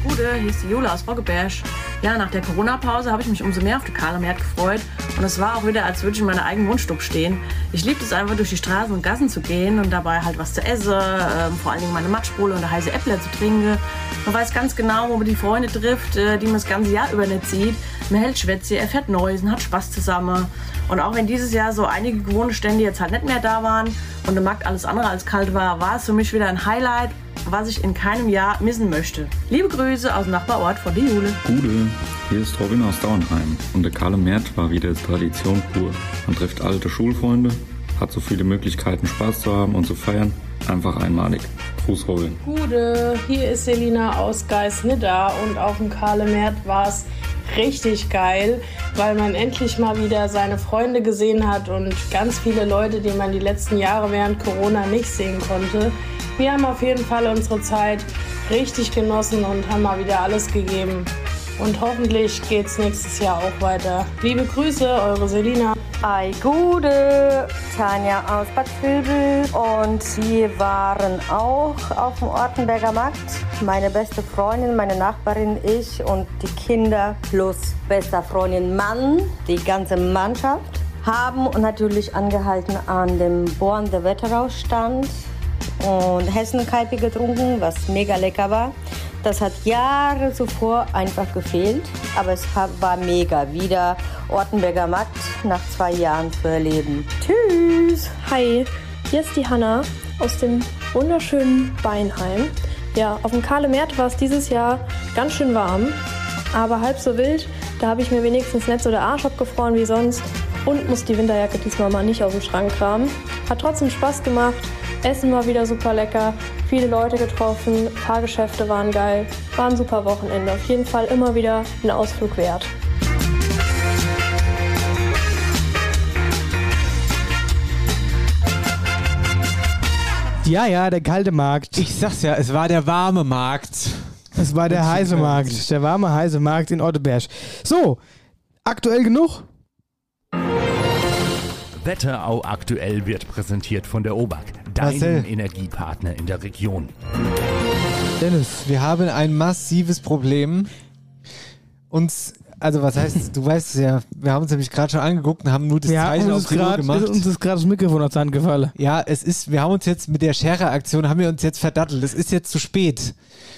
F: Guten
S: Folge hieß die Jola aus Roggebärsch. Ja, nach der Corona-Pause habe ich mich umso mehr auf die Karnemärt gefreut. Und es war auch wieder, als würde ich in meiner eigenen Wohnstube stehen. Ich liebte es einfach, durch die Straßen und Gassen zu gehen und dabei halt was zu essen, ähm, vor allen Dingen meine Matschbohle und eine heiße Äppler zu trinken. Man weiß ganz genau, wo man die Freunde trifft, äh, die man das ganze Jahr über nicht sieht. Man hält Schwätze, erfährt Neues und hat Spaß zusammen. Und auch wenn dieses Jahr so einige gewohnte Stände jetzt halt nicht mehr da waren und der Markt alles andere als kalt war, war es für mich wieder ein Highlight, was ich in keinem Jahr missen möchte. Liebe Grüße aus dem Nachbarort von der Jule.
T: Gude, hier ist Robin aus Dauernheim und der kahle Märt war wieder Tradition pur. Man trifft alte Schulfreunde, hat so viele Möglichkeiten Spaß zu haben und zu feiern. Einfach einmalig. Gruß Robin.
U: Gude, hier ist Selina aus Geisnidda und auf dem Karlemert war es richtig geil, weil man endlich mal wieder seine Freunde gesehen hat und ganz viele Leute, die man die letzten Jahre während Corona nicht sehen konnte. Wir haben auf jeden Fall unsere Zeit richtig genossen und haben mal wieder alles gegeben. Und hoffentlich geht's nächstes Jahr auch weiter. Liebe Grüße, eure Selina.
V: Hi Gude, Tanja aus Bad Vilbel und wir waren auch auf dem Ortenberger Markt. Meine beste Freundin, meine Nachbarin, ich und die Kinder plus bester Freundin Mann, die ganze Mannschaft, haben natürlich angehalten an dem Born der Wetterau-Stand und Hessenkalbi getrunken, was mega lecker war. Das hat Jahre zuvor einfach gefehlt, aber es war- war mega, wieder Ortenberger Markt nach zwei Jahren zu erleben.
W: Tschüss. Hi, hier ist die Hanna aus dem wunderschönen Beinheim. Ja, auf dem Kahle Märt war es dieses Jahr ganz schön warm, aber halb so wild. Da habe ich mir wenigstens nicht so der Arsch abgefroren wie sonst und muss die Winterjacke diesmal mal nicht aus dem Schrank kramen. Hat trotzdem Spaß gemacht. Essen war wieder super lecker, viele Leute getroffen, Fahrgeschäfte waren geil, war ein super Wochenende. Auf jeden Fall immer wieder ein Ausflug wert.
E: Ja, ja, der kalte Markt.
D: Ich sag's ja, es war der warme Markt.
E: Es war der heiße Markt, der warme heiße Markt in Otteberg. So, aktuell genug?
M: Wetterau aktuell wird präsentiert von der OBAK, deinem
D: Marcel.
M: Energiepartner in der Region.
D: Dennis, wir haben ein massives Problem. Uns, also was heißt, du weißt es ja, wir haben uns nämlich gerade schon angeguckt und haben nur das
E: Ja,
D: Zeichen
E: uns
D: auf
E: ist
D: die Uhr
E: grad-
D: gemacht.
E: ist- uns ist gerade das Mikrofon aus der Hand gefallen.
D: Ja, es ist, wir haben uns jetzt mit der Schere-Aktion, haben wir uns jetzt verdattelt. Es ist jetzt zu spät.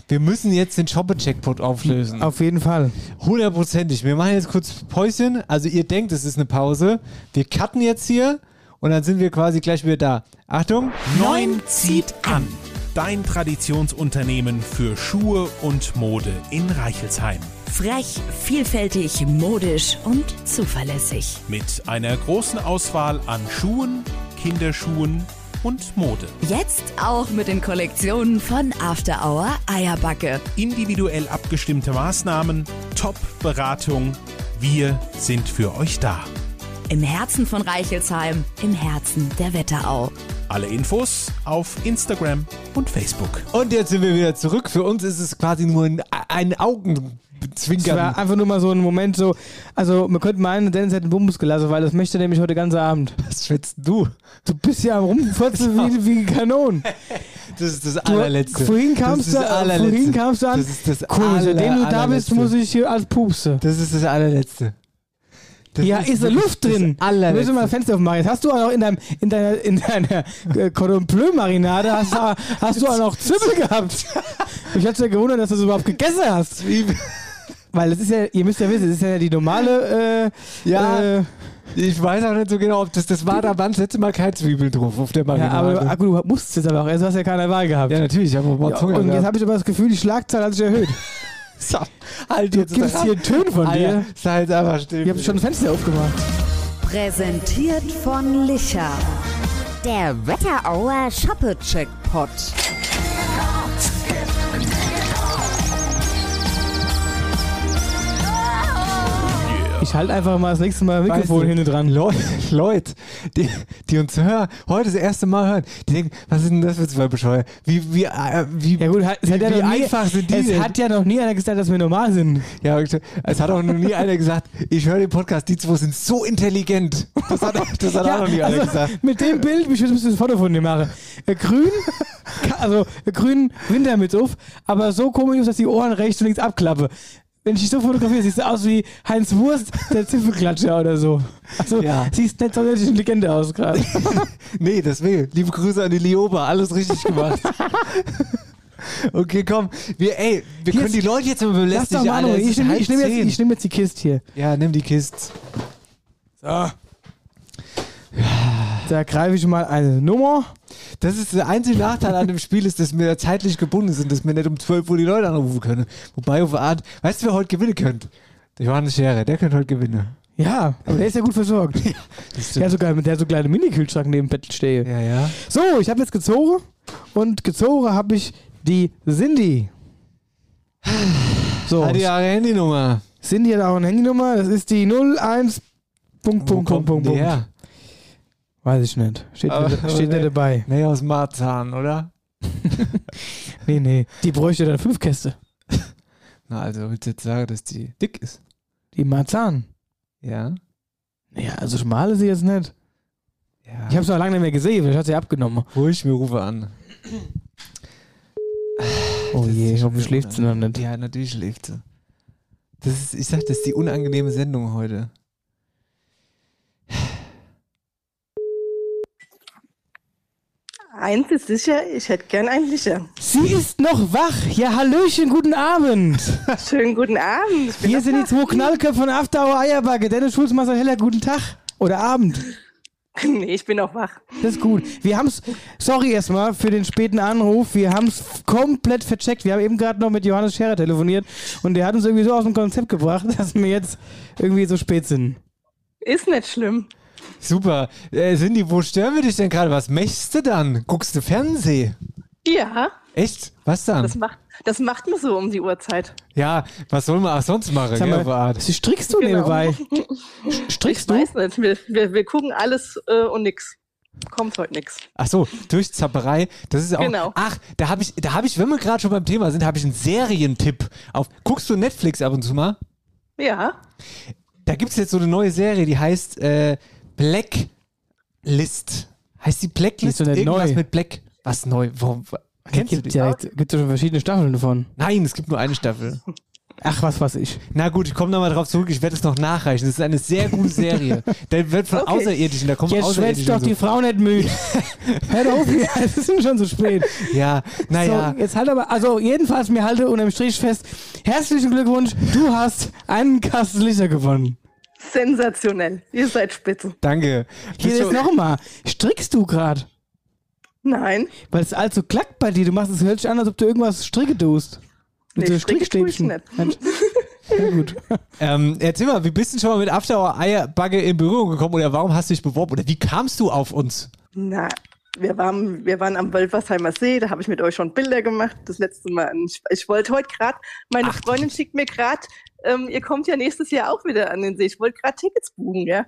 D: Wir müssen jetzt den Shoppe-Checkpot auflösen.
E: Auf jeden Fall.
D: Hundertprozentig. Wir machen jetzt kurz Päuschen. Also ihr denkt, es ist eine Pause. Wir cutten jetzt hier und dann sind wir quasi gleich wieder da. Achtung.
I: Neun zieht an. Dein Traditionsunternehmen für Schuhe und Mode in Reichelsheim.
X: Frech, vielfältig, modisch und zuverlässig.
I: Mit einer großen Auswahl an Schuhen, Kinderschuhen und Mode.
X: Jetzt auch mit den Kollektionen von After Hour Eierbacke.
I: Individuell abgestimmte Maßnahmen, Top-Beratung. Wir sind für euch da.
X: Im Herzen von Reichelsheim, im Herzen der Wetterau.
I: Alle Infos auf Instagram und Facebook.
D: Und jetzt sind wir wieder zurück. Für uns ist es quasi nur ein, ein
E: Es
D: Augenzwinkern.
E: war einfach nur mal so ein Moment so, also man könnte meinen, Dennis hätte einen Bumbus gelassen, weil das möchte er nämlich heute den ganzen Abend.
D: Was schwitzt du?
E: Du bist ja am Rumfotzen wie, wie ein Kanon.
D: Das ist das
E: Du-
D: allerletzte.
E: Vorhin
D: das
E: kamst
D: ist
E: du
D: das allerletzte.
E: vorhin kamst du an.
D: Das ist das
E: Cool, seitdem du da bist,
D: allerletzte.
E: muss ich hier als Pupse.
D: Das ist das allerletzte. Das
E: ja, ist da
D: wirklich
E: Luft drin.
D: Das allerletzte.
E: Müssen wir mal Fenster aufmachen. Jetzt hast du auch noch in, deinem, in deiner, in deiner äh, Cordon Bleu-Marinade hast, du- hast du auch noch Zwiebel gehabt. Ich hatte ja gewundert, dass du das überhaupt gegessen hast. Weil das ist ja, ihr müsst ja wissen, das ist ja die normale. Äh,
D: Ja.
E: äh,
D: Ich weiß auch nicht so genau, ob das das war. Da waren das letzte Mal keine Zwiebeln drauf auf der
E: ja,
D: Marinade.
E: aber ah, gut, du musstest jetzt aber auch. Also hast ja keine Wahl gehabt. Ja,
D: natürlich. Ich habe auch mal Zunge
E: Und jetzt
D: gehabt.
E: habe ich aber das Gefühl, die Schlagzahl hat sich erhöht.
D: so, halt
E: du
D: jetzt
E: gibst
D: doch
E: hier
D: ab.
E: einen Ton von
D: Alter,
E: dir.
D: Sei jetzt einfach still.
E: Ah, Ich habe schon ein Fenster aufgemacht.
X: Präsentiert von Licher. Der Wetterauer Shoppe-Checkpot.
E: Ich halte einfach mal das nächste Mal Mikrofon hinten dran.
D: Leute, Leute, die, die uns hören, heute das erste Mal hören, die denken, was ist denn das für zwei Bescheuer? Wie, wie, äh, wie, ja gut,
E: es
D: wie,
E: hat ja
D: wie
E: noch nie-
D: einfach sind die
E: es
D: denn?
E: hat ja noch nie einer gesagt, dass wir normal sind.
D: Ja, es hat auch noch nie einer gesagt, ich höre den Podcast, die zwei sind so intelligent. Das hat, das hat
E: Ja,
D: auch noch nie einer
E: also,
D: gesagt.
E: Mit dem Bild, ich muss ein Foto von dir machen. Äh, grün, ka- also äh, grün Wintermütze auf, aber so komisch, ist, dass die Ohren rechts und links abklappen. Wenn ich dich so fotografiere, siehst du aus wie Heinz Wurst, der Zipfelklatscher oder so. Also siehst nicht so richtig eine Legende aus gerade.
D: nee, deswegen. Liebe Grüße an die Lioba, alles richtig gemacht. Okay, komm. Wir, ey, wir können die Leute jetzt mal
E: Lass doch
D: belästigen.
E: mal,
D: Alter. Es
E: ich
D: ist
E: nehme
D: halb
E: ich nehm jetzt,
D: zehn.
E: ich nehm jetzt die Kiste hier.
D: Ja, nimm die Kiste.
E: So. Da greife ich mal eine Nummer.
D: Das ist der einzige Nachteil an dem Spiel, ist, dass wir zeitlich gebunden sind, dass wir nicht um 12 Uhr die Leute anrufen können. Wobei auf eine Art, weißt du, wer heute gewinnen könnte? Der Johannes Scherer, der könnte heute gewinnen.
E: Ja, aber der ist ja gut versorgt. der hat sogar mit der hat so kleine Mini-Kühlschrank neben dem Bett stehe.
D: Ja, ja.
E: So, ich habe jetzt gezogen und gezogen habe ich die Cindy. So.
D: Hat die ihre Handynummer?
E: Cindy hat auch eine Handynummer, das ist die 01. Punkt, Punkt, Punkt, Punkt,
D: die
E: Punkt.
D: her?
E: Weiß ich nicht. Steht, nicht, steht nicht dabei.
D: Nee, aus Marzahn, oder?
E: Nee, nee. Die bräuchte dann fünf Käste.
D: Na, also willst du jetzt sagen, dass die dick ist?
E: Die Marzahn.
D: Ja.
E: Ja, also schmal ist sie jetzt nicht. Ich habe sie noch lange nicht mehr gesehen, vielleicht hat sie abgenommen.
D: Ruhig, mir rufe an.
E: Oh je, ich hoffe, schläft sie noch nicht.
D: Ja, natürlich schläft sie. Das ist, ich sag, das ist die unangenehme Sendung heute.
A: Eins ist sicher, ich hätte gern einen Licher.
E: Sie ist noch wach. Ja, hallöchen, guten Abend.
A: Schönen guten Abend.
E: Hier sind die zwei Knallköpfe von After Hour Eierbacke. Dennis Schulzmeister Heller, guten Tag oder Abend.
A: Nee, ich bin auch wach.
E: Das ist gut. Wir haben's, sorry erstmal für den späten Anruf, wir haben's komplett vercheckt. Wir haben eben gerade noch mit Johannes Scherer telefoniert und der hat uns irgendwie so aus dem Konzept gebracht, dass wir jetzt irgendwie so spät sind.
A: Ist nicht schlimm.
D: Super. Äh, Cindy, wo stören wir dich denn gerade? Was mächst du dann? Guckst du Fernseh?
A: Ja,
D: Echt? Was
E: Ah.
D: dann?
A: das macht, das macht man so um die Uhrzeit.
D: ja, was soll man auch sonst machen?
E: Sag mal,
D: gell, auf eine Art?
E: strickst du
A: Genau.
E: nebenbei? Strickst
A: du? Ich weiß nicht. Wir, wir, wir gucken alles äh, und nix. Kommt heute nix.
D: Ach so, durch Zapperei. Das ist auch.
A: Genau.
D: Ach, da habe ich, da habe ich, wenn wir gerade schon beim Thema sind, habe ich einen Serientipp. Auf, guckst du Netflix ab und zu mal?
A: Ja.
D: Da gibt es jetzt so eine neue Serie, die heißt äh, Blacklist. Heißt die Blacklist?
E: Die ist so nicht
D: Irgendwas
E: neu.
D: mit Black. Was neu? Warum, kennst du
E: gibt
D: die?
E: ja, gibt ja schon verschiedene Staffeln davon.
D: Nein, es gibt nur eine Staffel.
E: Ach, was weiß ich.
D: Na gut, ich komme nochmal drauf zurück. Ich werde es noch nachreichen. Das ist eine sehr gute Serie. da wird von
E: Okay.
D: Außerirdischen, da kommen
E: Jetzt
D: Außerirdische.
E: schwätzt doch
D: und so.
E: die Frau nicht müde. Hör doch auf, hier, es ist schon so spät.
D: Ja, naja.
E: So, jetzt halt aber, also jedenfalls, mir halte unterm Strich fest, herzlichen Glückwunsch, du hast einen Kasten Licher gewonnen.
A: Sensationell. Ihr seid spitze.
D: Danke.
E: Hier
A: Bist du-
E: jetzt nochmal, strickst du gerade?
A: Nein.
E: Weil es allzu klackt bei dir, du machst es hört sich an, als ob du irgendwas stricke tust. Mit
A: Nee,
E: so
A: stricke tue ich
E: Strickstäbchen. Mensch. Ja, gut.
D: Ähm, erzähl mal, wie bist du schon mal mit Afterhour Eierbagge in Berührung gekommen oder warum hast du dich beworben oder wie kamst du auf uns?
A: Na, wir waren, wir waren am Wölfersheimer See, da habe ich mit euch schon Bilder gemacht. Das letzte Mal. Und Ich, ich wollte heute gerade, meine Freundin schickt mir gerade, ähm, ihr kommt ja nächstes Jahr auch wieder an den See. Ich wollte gerade Tickets buchen, ja.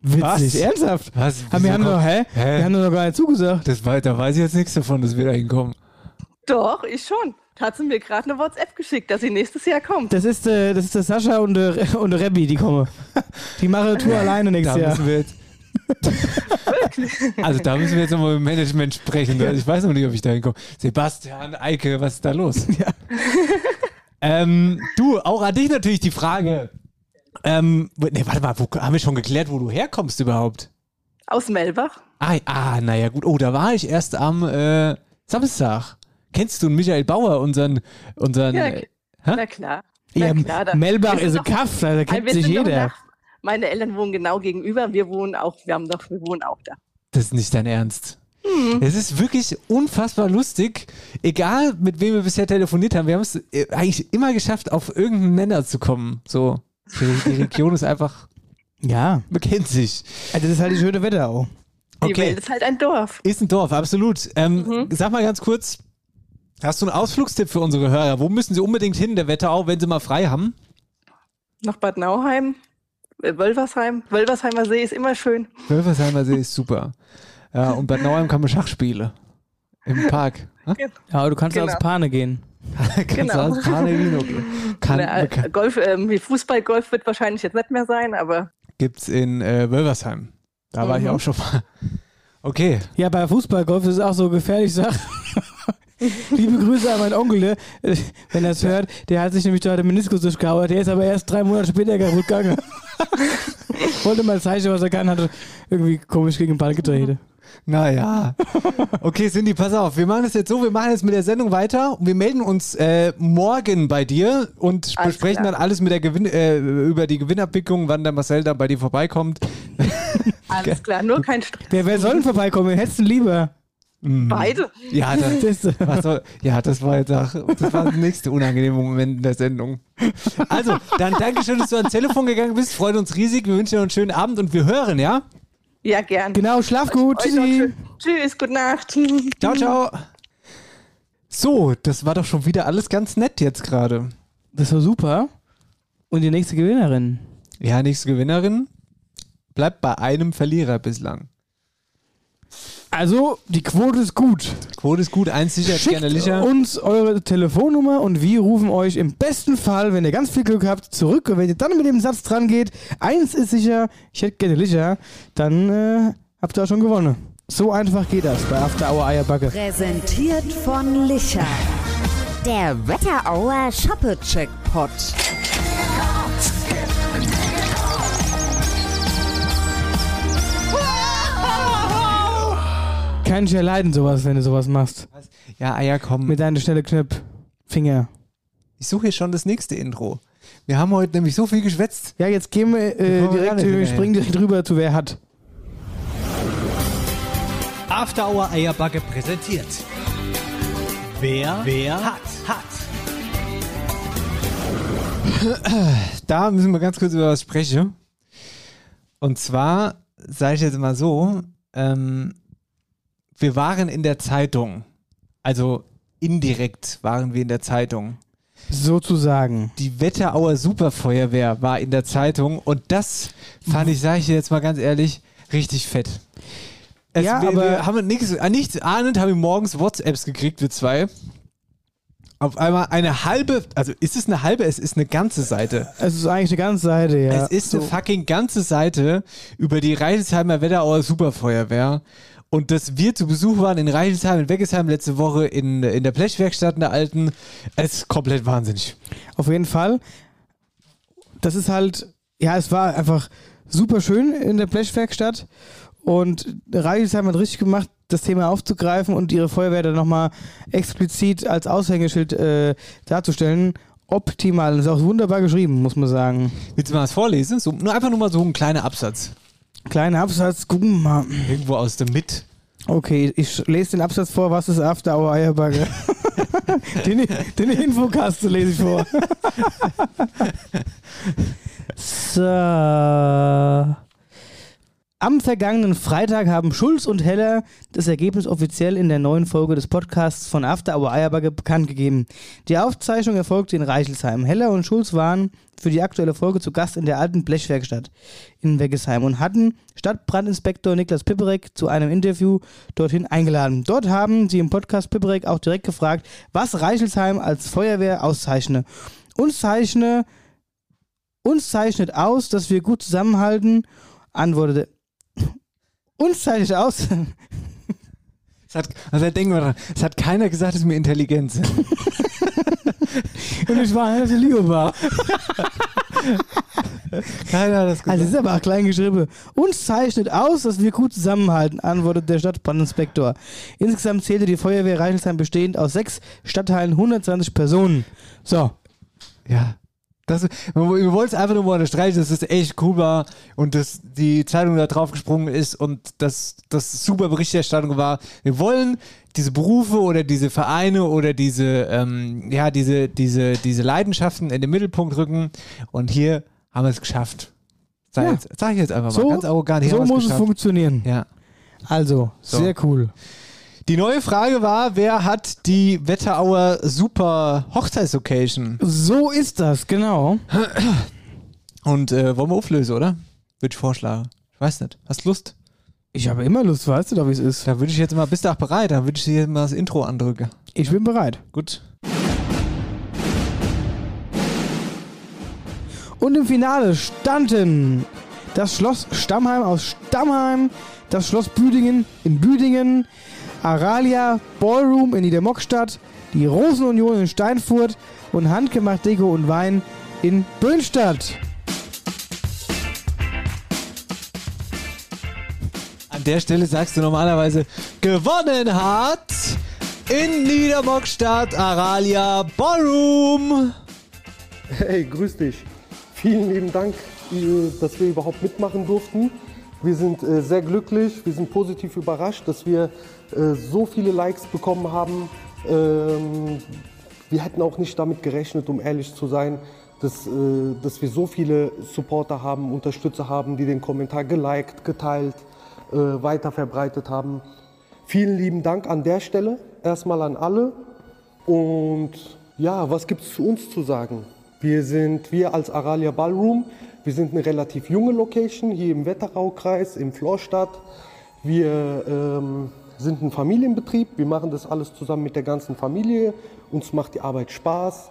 E: Witzig,
D: Was?
E: ernsthaft?
D: Was?
E: Aber wir haben doch, hä? Wir haben doch noch gar nicht zugesagt.
D: Das war, da weiß ich jetzt nichts davon, dass wir da hinkommen.
A: Doch, ich schon. Hat sie mir gerade eine WhatsApp geschickt, dass sie nächstes Jahr kommt.
E: Das ist, äh, das ist der Sascha und der, und der Rebbi, die kommen. Die machen eine Tour
A: Äh,
E: alleine nächstes
D: da
E: Jahr.
D: Müssen wir jetzt, also da müssen wir jetzt nochmal mit dem Management sprechen. ne? Ich weiß noch nicht, ob ich da hinkomme. Sebastian, Eike, was ist da los? ähm, du, auch an dich natürlich die Frage. Ähm, nee, warte mal, wo, haben wir schon geklärt, wo du herkommst überhaupt?
A: Aus Melbach?
D: Ah, ah naja, gut. Oh, da war ich erst am äh, Samstag. Kennst du Michael Bauer, unseren. unseren
A: Ja,
D: äh,
A: na klar.
D: Ja,
A: da-
D: Melbach
A: wir sind
D: ist ein
A: doch-
D: Kaff, da kennt
A: Nein, wir
D: sich
A: sind doch
D: jeder.
A: nach- Meine Eltern wohnen genau gegenüber, wir wohnen auch, wir haben doch, wir wohnen auch da.
D: das ist nicht dein Ernst.
A: Hm.
D: Es ist wirklich unfassbar lustig, egal mit wem wir bisher telefoniert haben. Wir haben es äh, eigentlich immer geschafft, auf irgendeinen Nenner zu kommen. So, die, die Region ist einfach.
E: Ja.
D: Man kennt sich.
E: Also, das ist halt das schöne Wetter auch.
A: Die Welt ist halt ein Dorf.
D: Ist ein Dorf, absolut.
A: Mhm.
D: Ähm, Sag mal ganz kurz: Hast du einen Ausflugstipp für unsere Hörer? Wo müssen sie unbedingt hin, der Wetterau, wenn sie mal frei haben?
A: Nach Bad Nauheim, äh, Wölversheim. Wölversheimer See ist immer schön.
D: Wölfersheimer See ist super. Ja, und Bad Nauheim kann man Schach spielen. Im Park. Ja,
E: aber du kannst
A: Genau.
E: als Pane gehen.
D: kannst
A: Genau.
D: als Pane gehen. okay. Kann,
A: Na, äh,
D: kann,
A: Golf, ähm, wie Fußball-Golf wird wahrscheinlich jetzt nicht mehr sein, aber
D: gibt's in äh, Wölversheim. Da war ich
A: Mhm.
D: auch schon mal. Okay.
E: Ja, bei Fußballgolf ist es auch so gefährlich, sag. Liebe Grüße an meinen Onkel, ne? Äh, wenn er es hört. Der hat sich nämlich da den Meniskus durchgehauen. Der ist aber erst drei Monate später kaputt gegangen. Wollte mal zeigen, was er kann, hat irgendwie komisch gegen den Ball gedreht.
D: Naja. Okay, Cindy, pass auf. Wir machen es jetzt so, wir machen jetzt mit der Sendung weiter und wir melden uns äh, morgen bei dir und
A: Alles
D: besprechen
A: klar.
D: dann alles mit der Gewinn, äh, über die Gewinnabwicklung, wann der Marcel dann bei dir vorbeikommt.
A: alles klar, nur kein Stress.
E: Wer, wer soll denn vorbeikommen? Wen hättest du denn lieber?
D: Mm.
A: Beide.
D: Ja, das,
E: Das-
D: was soll, ja, das war jetzt auch, das war der nächste unangenehme Moment in der Sendung. Also, dann danke schön, dass du ans Telefon gegangen bist. Freut uns riesig. Wir wünschen dir einen schönen Abend und wir hören, ja?
A: Ja, gern.
E: Genau, schlaf gut.
A: Euch noch schön. Tschüss, gute Nacht.
D: Ciao, ciao. So, das war doch schon wieder alles ganz nett jetzt gerade.
E: Das war super. Und die nächste Gewinnerin.
D: Ja, nächste Gewinnerin bleibt bei einem Verlierer bislang.
E: Also, die Quote ist gut.
D: Quote ist gut, eins sicher,
E: Schickt
D: gerne sicher.
E: uns eure Telefonnummer und wir rufen euch im besten Fall, wenn ihr ganz viel Glück habt, zurück. Und wenn ihr dann mit dem Satz dran geht, eins ist sicher, ich hätte gerne sicher, dann äh, habt ihr auch schon gewonnen. So einfach geht das bei After Hour Eierbacke.
X: Präsentiert von Licher. Der Wetterauer Schoppe-Checkpot.
E: Kann ich ja leiden, sowas, wenn du sowas machst.
D: Ja, Eier kommen.
E: Mit deinen schnellen Knöpffinger.
D: Ich suche hier schon das nächste Intro. Wir haben heute nämlich so viel geschwätzt.
E: Ja, jetzt gehen wir,
D: Wir
E: äh,
D: kommen
E: direkt,
D: gar nicht
E: wir
D: hinterher.
E: springen direkt rüber zu wer hat.
B: After Hour Eierbacke präsentiert. Wer, wer hat, hat.
D: Da müssen wir ganz kurz über was sprechen. Und zwar, sage ich jetzt mal so, ähm, wir waren in der Zeitung. Also indirekt waren wir in der Zeitung.
E: Sozusagen.
D: Die Wetterauer Superfeuerwehr war in der Zeitung und das fand ich, sage ich dir jetzt mal ganz ehrlich, richtig fett. Es,
E: Ja,
D: wir,
E: aber-
D: wir haben nichts, äh, nichts ahnend haben wir morgens WhatsApps gekriegt, wir zwei. Auf einmal eine halbe, also ist es eine halbe, es ist eine ganze Seite.
E: Es ist eigentlich eine ganze Seite, ja.
D: Es ist eine fucking ganze Seite über die Reichelsheimer Wetterauer Superfeuerwehr. Und dass wir zu Besuch waren in Reichelsheim, in Weggesheim letzte Woche, in, in der Blechwerkstatt in der alten. Es ist komplett wahnsinnig.
E: Auf jeden Fall. Das ist halt, ja, es war einfach super schön in der Blechwerkstatt und Radius haben es richtig gemacht, das Thema aufzugreifen und ihre Feuerwehr dann nochmal explizit als Aushängeschild äh, darzustellen. Optimal. Und ist auch wunderbar geschrieben, muss man sagen.
D: Willst du mal was vorlesen? So, nur einfach nur mal so einen kleinen Absatz.
E: Kleiner Absatz, gucken wir mal.
D: Irgendwo aus dem Mit.
E: Okay, ich lese den Absatz vor, was ist After Hour Eierbagger? den, den Infokasten lese ich vor. so. Am vergangenen Freitag haben Schulz und Heller das Ergebnis offiziell in der neuen Folge des Podcasts von After Hour Eierbagger bekannt gegeben. Die Aufzeichnung erfolgte in Reichelsheim. Heller und Schulz waren für die aktuelle Folge zu Gast in der alten Blechwerkstatt in Weggesheim und hatten Stadtbrandinspektor Niklas Piperek zu einem Interview dorthin eingeladen. Dort haben sie im Podcast Piperek auch direkt gefragt, was Reichelsheim als Feuerwehr auszeichne. Uns zeichne uns zeichnet aus, dass wir gut zusammenhalten, antwortete. Uns zeichnet aus.
D: Es hat, also da denken wir dran, es hat keiner gesagt, dass wir intelligent sind.
E: Und ich war einer, der Leo war.
D: Keiner hat das
E: gesagt. Also es ist aber auch klein geschrieben. Uns zeichnet aus, dass wir gut zusammenhalten, antwortet der Stadtbrandinspektor. Insgesamt zählte die Feuerwehr Reichelsheim bestehend aus sechs Stadtteilen 120 Personen. So.
D: Ja. Das, wir wollten es einfach nur mal unterstreichen, dass es echt cool war und dass die Zeitung da drauf gesprungen ist und dass das super Berichterstattung war. Wir wollen diese Berufe oder diese Vereine oder diese, ähm, ja, diese, diese, diese Leidenschaften in den Mittelpunkt rücken und hier haben wir es geschafft. Sag,
E: Ja.
D: jetzt, sag ich jetzt einfach mal
E: So-
D: ganz arrogant. Hier
E: so
D: haben wir's
E: muss es
D: geschafft.
E: funktionieren.
D: Ja.
E: Also, sehr cool.
D: Die neue Frage war, wer hat die Wetterauer Super Hochzeitslocation?
E: So ist das, genau.
D: Und äh, wollen wir auflösen, oder? Würde ich vorschlagen. Ich weiß nicht. Hast du Lust?
E: Ich habe immer Lust, weißt du doch, wie es ist.
D: Da würde ich jetzt mal, bist du auch bereit? Da würde ich dir mal das Intro andrücken.
E: Ich bin bereit.
D: Gut.
E: Und im Finale standen das Schloss Stammheim aus Stammheim, das Schloss Büdingen in Büdingen, Aralia Ballroom in Niedermockstadt, die Rosenunion in Steinfurt und Handgemacht Deko und Wein in Böhnstadt.
D: An der Stelle sagst du normalerweise, gewonnen hat in Niedermockstadt Aralia Ballroom.
C: Hey, grüß dich. Vielen lieben Dank, äh, dass wir überhaupt mitmachen durften. Wir sind äh, sehr glücklich, wir sind positiv überrascht, dass wir äh, so viele Likes bekommen haben. Ähm, Wir hätten auch nicht damit gerechnet, um ehrlich zu sein, dass, äh, dass wir so viele Supporter haben, Unterstützer haben, die den Kommentar geliked, geteilt, äh, weiterverbreitet haben. Vielen lieben Dank an der Stelle, erstmal an alle. Und ja, was gibt es zu uns zu sagen? Wir sind, wir als Aralia Ballroom, wir sind eine relativ junge Location hier im Wetteraukreis, im Florstadt. Wir ähm, sind ein Familienbetrieb, wir machen das alles zusammen mit der ganzen Familie. Uns macht die Arbeit Spaß.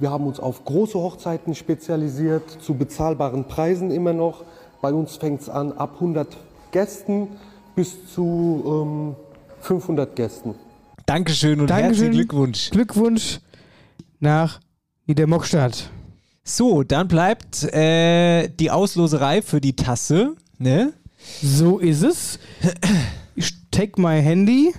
C: Wir haben uns auf große Hochzeiten spezialisiert, zu bezahlbaren Preisen immer noch. Bei uns fängt es an ab 100 Gästen bis zu ähm, 500 Gästen.
D: Dankeschön und
E: Dankeschön.
D: herzlichen Glückwunsch.
E: Glückwunsch nach Niedermockstadt.
D: So, dann bleibt äh, die Ausloserei für die Tasse. Ne?
E: So ist es. Ich take my Handy.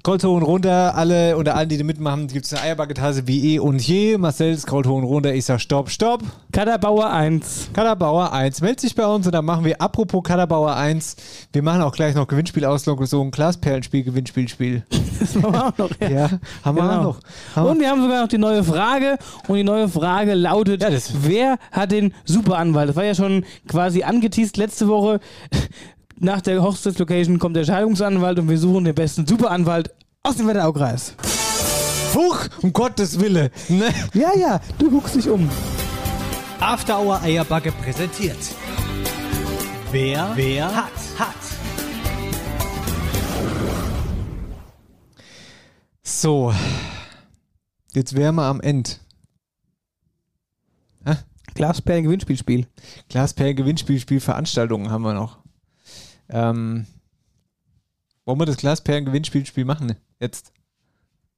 D: Scrollt hoch und runter, alle unter allen, die da mitmachen, gibt es eine Eierbacke-Tasse wie eh und je. Marcel scrollt hoch und runter, ich sag Stopp, Stopp.
E: Kaderbauer 1.
D: Kaderbauer 1, meldet sich bei uns und dann machen wir, apropos Kaderbauer 1, wir machen auch gleich noch Gewinnspiel ausloggen, so ein Glasperlenspiel, Gewinnspiel, Spiel.
E: Das machen wir auch noch. Ja,
D: haben wir
B: Genau.
D: auch noch. Haben wir-
E: Genau. Und wir haben sogar noch die neue Frage. Und die neue Frage lautet: Wer hat den Superanwalt? Das war ja schon quasi angeteased letzte Woche. Nach der Hochzeitslocation kommt der Scheidungsanwalt und wir suchen den besten Superanwalt aus dem Wetteraukreis.
D: Fuch, um Gottes Wille. ne?
E: Ja, ja, du guckst dich um.
B: After Hour Eierbacke präsentiert. Wer, wer hat, hat.
D: So, jetzt wären wir am Ende.
E: Glasperlen-Gewinnspielspiel.
D: Glasperlen-Gewinnspielspiel, Veranstaltungen haben wir noch. Ähm, wollen wir das Glasperlen-Gewinnspielspiel machen jetzt?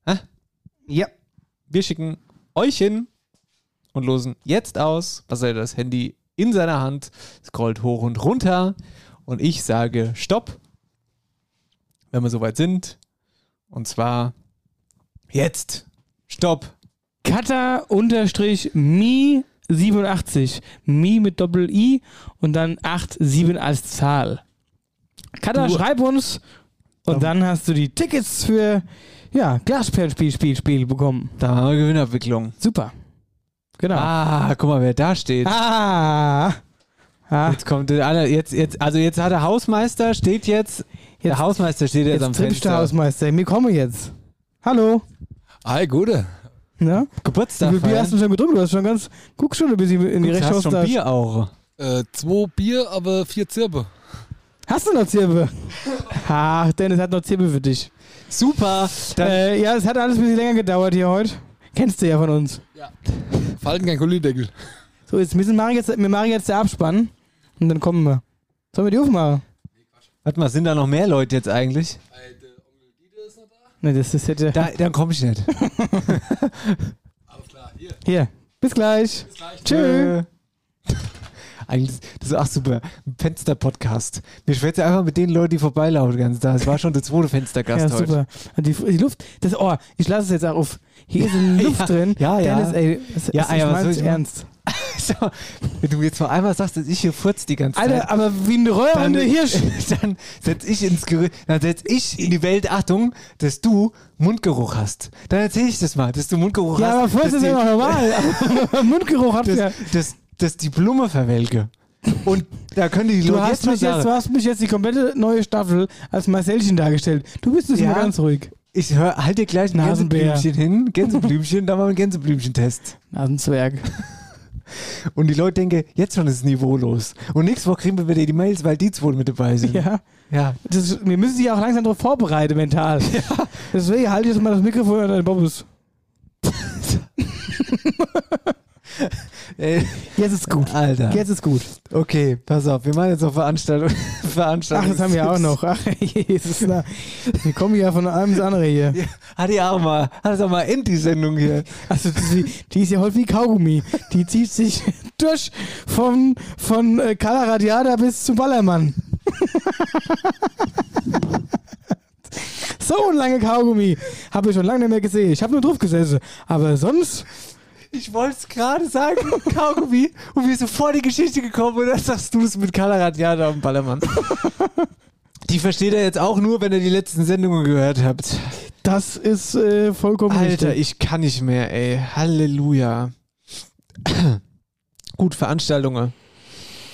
D: Hä?
E: Ja.
D: Wir schicken euch hin und losen jetzt aus. Was er das Handy in seiner Hand scrollt hoch und runter und ich sage Stopp, wenn wir soweit sind. Und zwar jetzt Stopp.
E: Kata-Mi87. Mi mit Doppel-I und dann 87 als Zahl. Kata,
D: Du-
E: schreib uns und dann hast du die Tickets für ja, Glasperlenspiel Spiel, Spiel bekommen.
D: Da haben wir Gewinnabwicklung.
E: Super. Genau.
D: Ah, guck mal, wer da steht.
E: Ah.
D: Jetzt kommt der alle, jetzt, jetzt, also jetzt hat der Hausmeister, steht jetzt, der Hausmeister steht jetzt,
E: Jetzt
D: am
E: trippst
D: Fenster.
E: der Hausmeister. Mir komme jetzt. Hallo.
Y: Hi, Gude.
E: Na?
D: Geburtstag.
E: Wie viel Bier
Y: feiern.
E: hast du schon getrunken? Du hast schon ganz. Guck schon ein bisschen in die rechte Hosentasche.
D: auch.
Y: Äh, zwei Bier, aber vier Zirbe.
E: Hast du noch Zirbe? Ach, Dennis hat noch Zirbe für dich.
D: Super.
E: Äh, ja, es hat alles ein bisschen länger gedauert hier heute. Kennst du ja von uns. Ja.
Y: Falten kein Gullideckel.
E: So, jetzt müssen wir machen jetzt, wir machen jetzt der Abspann und dann kommen wir. Sollen wir die aufmachen?
D: Warte mal, sind da noch mehr Leute jetzt eigentlich?
E: Ne, das ist hätte.
D: Da, dann komme ich nicht.
E: Hier. Bis gleich. Bis gleich. Tschö.
D: Eigentlich, das ist auch super. Ein Fenster-Podcast. Wir schwätzen einfach mit den Leuten, die vorbeilaufen den ganzen Tag. Das war schon der zweite
E: Ja,
D: Fenstergast heute.
E: super. Und die, die Luft, das, oh, ich lasse es jetzt auch auf. Hier ist eine Luft drin.
D: Ja, ja.
E: Dennis, ey, was,
D: ja,
E: was,
D: Alter,
E: ich
D: was soll
E: mein's
D: ich
E: ernst.
D: so, wenn du jetzt mal einmal sagst, dass ich hier furz die ganze
E: Alter,
D: Zeit.
E: aber wie ein röhrender
D: dann-
E: Hirsch.
D: Dann setz ich ins Gerü dann setz ich in die Welt Achtung, dass du Mundgeruch hast. Dann erzähl ich das mal, dass du Mundgeruch
E: Ja,
D: hast.
E: aber vorher
D: dass
E: ist
D: die-
E: ja noch normal. Aber Mundgeruch habt
D: dass,
E: ihr.
D: dass, dass die Blume verwelke. Und da können die
E: Du
D: Leute
E: hast,
D: mal
E: mich jetzt,
D: sagen,
E: du hast mich jetzt die komplette neue Staffel als Marcelchen dargestellt. Du bist jetzt
D: Ja.
E: mal ganz ruhig.
D: Ich höre, halt dir gleich ein
E: Nasenbär.
D: Gänseblümchen hin. Gänseblümchen, da machen wir einen Gänseblümchen-Test.
E: Nasenzwerg.
D: Und die Leute denken, jetzt schon ist es niveaulos. Und nächste Woche kriegen wir wieder die Mails, weil die zwei mit dabei sind.
E: Ja.
D: Ja.
E: Das, wir müssen sie auch langsam darauf vorbereiten, mental. Deswegen halte ich jetzt mal das Mikrofon an deinen Bobbes.
D: Jetzt ist gut. Äh, Alter.
E: Jetzt ist gut.
D: Okay, pass auf, wir machen jetzt noch Veranstaltung. Veranstaltung.
E: Ach, das haben wir auch noch. Ach, Jesus, na. Wir kommen ja von einem ins andere hier.
D: Hat die auch mal, hat auch mal End die Sendung hier.
E: Also die, die ist ja häufig wie Kaugummi. Die zieht sich durch von, von äh, Cala Radiada bis zum Ballermann. so ein lange Kaugummi. Habe ich schon lange nicht mehr gesehen. Ich habe nur drauf gesessen. Aber sonst.
D: Ich wollte es gerade sagen, Kaugummi, und wir sind sofort die Geschichte gekommen und dann sagst du es mit Kalarat, ja, da am Ballermann. Die versteht er jetzt auch nur, wenn ihr die letzten Sendungen gehört habt.
E: Das ist äh, vollkommen
D: Alter,
E: richtig.
D: ich kann nicht mehr, ey. Halleluja. Gut, Veranstaltungen.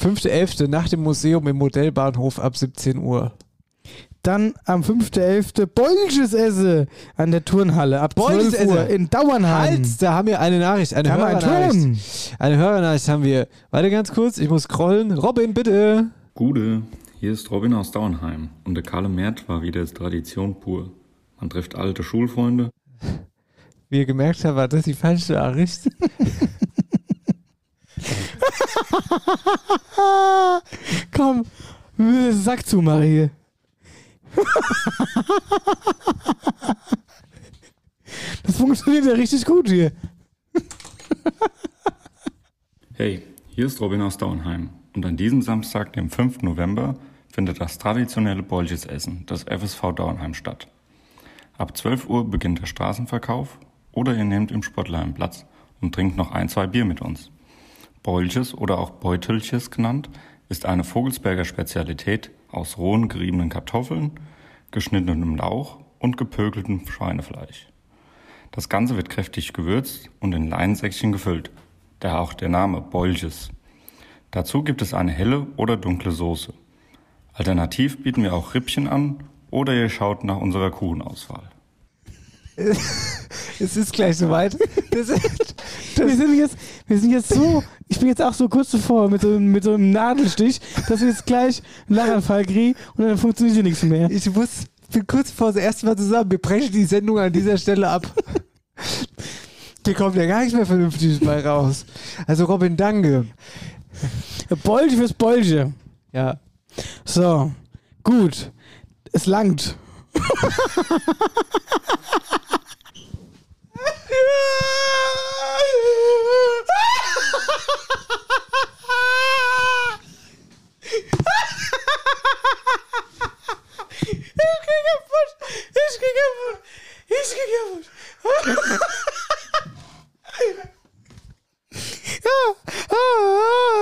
D: 5.11. nach dem Museum im Modellbahnhof ab 17 Uhr.
E: Dann am 5.11. Bolsches Esse an der Turnhalle ab 12 Uhr in Dauernheim.
D: Halt, da haben wir eine Nachricht, eine
E: Da haben wir einen Ton.
D: Hörernachricht. Eine Hörernachricht haben wir. Warte ganz kurz, ich muss scrollen. Robin, bitte.
T: Gude, hier ist Robin aus Dauenheim und der Kalle Mert war wieder Tradition pur. Man trifft alte Schulfreunde.
D: Wie ihr gemerkt habt, war das die falsche Nachricht. Ah,
E: Komm, Sack zu, Marie. Das funktioniert ja richtig gut hier.
T: Hey, hier ist Robin aus Dauenheim und an diesem Samstag, dem 5. November, findet das traditionelle Bolchesessen des FSV Dauenheim statt. Ab 12 Uhr beginnt der Straßenverkauf oder ihr nehmt im Sportlein Platz und trinkt noch ein, zwei Bier mit uns. Bolches oder auch Beutelches genannt, ist eine Vogelsberger Spezialität aus rohen geriebenen Kartoffeln, geschnittenem Lauch und gepökeltem Schweinefleisch. Das Ganze wird kräftig gewürzt und in Leinsäckchen gefüllt, daher auch der Name Bolches. Dazu gibt es eine helle oder dunkle Soße. Alternativ bieten wir auch Rippchen an oder ihr schaut nach unserer Kuchenauswahl.
D: Es ist gleich soweit. Das ist,
E: wir, sind jetzt, wir sind jetzt so, ich bin jetzt auch so kurz davor mit so, einem- mit so einem Nadelstich, dass wir jetzt gleich einen Lachanfall kriegen und dann funktioniert hier nichts mehr.
D: Ich muss, bin kurz vor das erste Mal zusammen. Wir brechen die Sendung an dieser Stelle ab. Hier kommt ja gar nichts mehr Vernünftiges bei raus. Also Robin, danke.
E: Bolche fürs Bolche.
D: Ja.
E: So, gut. Es langt. é
J: Ich geh kaputt. Ich geh kaputt.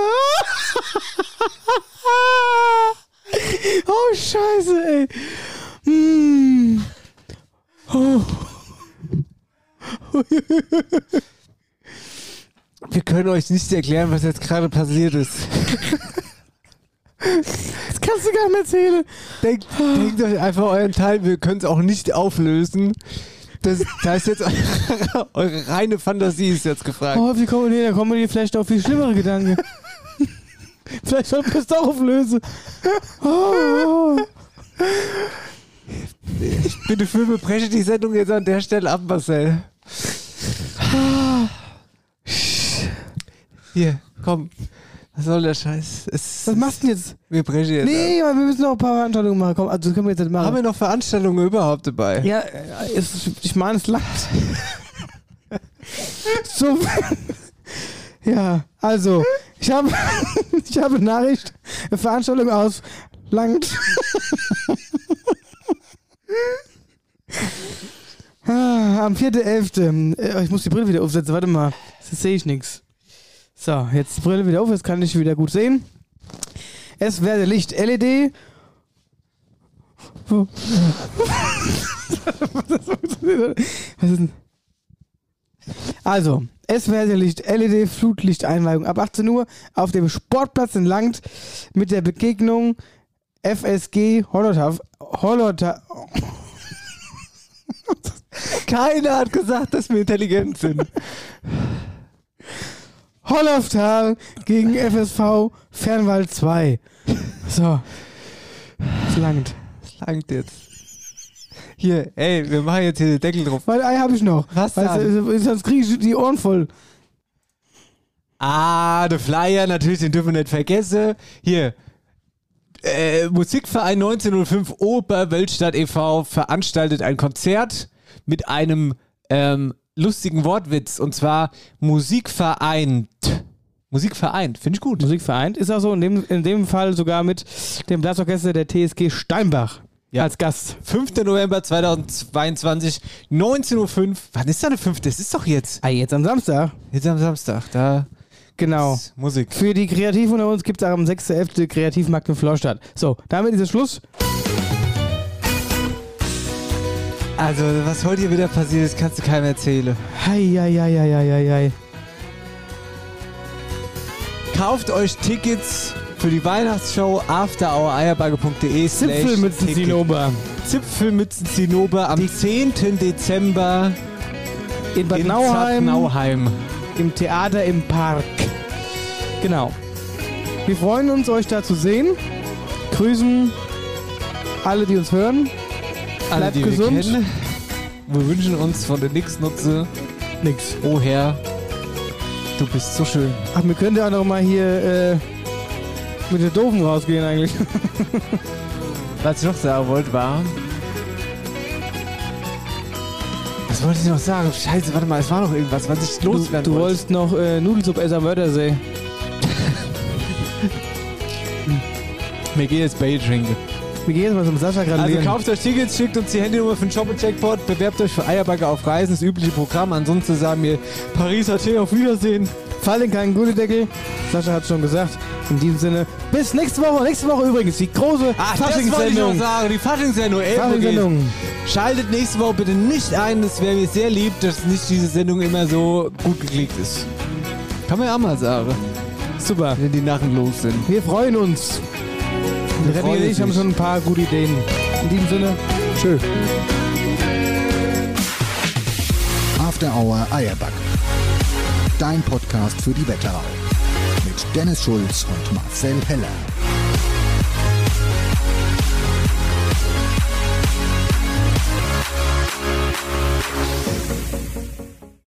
E: Oh, scheiße, ey. Mm. Oh.
D: Wir können euch nicht erklären, was jetzt gerade passiert ist.
E: Das kannst du gar nicht mehr erzählen.
D: Denkt, denkt euch einfach euren Teil, wir können es auch nicht auflösen. Das, da ist jetzt eure, eure reine Fantasie ist jetzt gefragt.
E: Oh, wie kommen wir hier? Da kommen wir hier vielleicht auf viel schlimmere Gedanken. vielleicht sollten wir es doch auflösen. Oh.
D: Bitte Filme, breche die Sendung jetzt an der Stelle ab, Marcel. Hier, komm. Was soll der Scheiß? Es,
E: Was machst du denn jetzt?
D: wir brechen jetzt ab.
E: Nee, aber wir müssen noch ein paar Veranstaltungen machen. Komm, also das können wir jetzt nicht machen.
D: Haben wir noch Veranstaltungen überhaupt dabei?
E: Ja, äh, es, ich meine, es langt. so. ja, also, ich habe ich habe eine Nachricht, eine Veranstaltung aus langt. Ah, Am 4.11. Äh, Ich muss die Brille wieder aufsetzen, warte mal, jetzt sehe ich nichts. So, jetzt Brille wieder auf, jetzt kann ich wieder gut sehen. Es werde E Licht LED. Was ist denn? Also, es werde Licht LED Flutlichteinweihung ab 18 Uhr auf dem Sportplatz in Langt mit der Begegnung FSG Holotaf. Holotaf.
D: Keiner hat gesagt, dass wir intelligent sind.
E: Holloftal gegen FSV Fernwald 2. So. Es langt.
D: Es langt jetzt. Hier, ey, wir machen jetzt hier den Deckel drauf.
E: Weil Ei habe ich noch.
D: Was
E: Weißt
D: denn?
E: du, sonst kriege ich die Ohren voll.
D: Ah, der Flyer, natürlich, den dürfen wir nicht vergessen. Hier. Äh, Musikverein 1905 Oberweltstadt e.V. e veranstaltet ein Konzert mit einem ähm, lustigen Wortwitz und zwar Musikvereint. Musikvereint, finde ich gut.
E: Musikvereint ist auch so in dem, in dem Fall sogar mit dem Blasorchester der TSG Steinbach als Gast.
D: 5. November 2022, 19.05 Uhr. Wann ist da eine 5.? Das ist doch jetzt.
E: Ah, jetzt am Samstag.
D: Jetzt am Samstag, da.
E: Genau.
D: Musik.
E: Für die Kreativen unter uns gibt es auch am 6.11. Kreativmarkt in Florstadt. So, damit ist es Schluss.
D: Also, was heute hier wieder passiert ist, kannst du keinem erzählen.
E: Hei, hei, hei, hei, hei, hei.
D: Kauft euch Tickets für die Weihnachtsshow afterhoureierbagge.de
E: Zipfelmützen Zinnober.
D: Zipfelmützen Zinnober am 10. Dezember
E: in Bad Nauheim.
D: Nauheim.
E: Im Theater im Park. Genau. Wir freuen uns, euch da zu sehen. Grüßen alle, die uns hören.
D: Alle,
E: Bleibt
D: die
E: gesund.
D: wir kennen. Wir wünschen uns von der Nix Nutze
E: nix.
D: Oh Herr, du bist so schön.
E: Ach, wir können ja auch noch mal hier äh, mit den Doofen rausgehen eigentlich.
D: Was ich noch sagen wollte, war. Was wollte ich noch sagen? Scheiße, warte mal, es war noch irgendwas, was ich loswerden
E: du, du
D: wollte.
E: wolltest noch äh, Nudelsuppe essen am Wörthersee.
D: Wir gehen jetzt Bier trinken.
E: Wir gehen jetzt mal zum Sascha gerade.
D: Also kauft euch Tickets, schickt uns die Handynummer für den Shop und Checkpot, bewerbt euch für Eierbagger auf Reisen, das übliche Programm. Ansonsten sagen wir Pariser Tee auf Wiedersehen.
E: Fall in keinen Gullideckel. Sascha hat schon gesagt. In diesem Sinne, bis nächste Woche. Nächste Woche übrigens die große
D: Ach, Ah, das wollte ich noch
E: Faschingssendung.
D: sagen, die Faschingssendung. elf Uhr geht's.
E: Faschingssendung.
D: Schaltet nächste Woche bitte nicht ein, das wäre mir sehr lieb, dass nicht diese Sendung immer so gut geklickt ist. Kann man ja auch mal sagen.
E: Super.
D: Wenn die Narren los sind.
E: Wir freuen uns.
D: Wir
E: René
D: freuen
E: und ich haben
D: uns.
E: schon ein paar gute Ideen. In diesem Sinne, tschö.
G: After Hour Eierback. Dein Podcast für die Wetterau. Mit Dennis Schulz und Marcel Heller.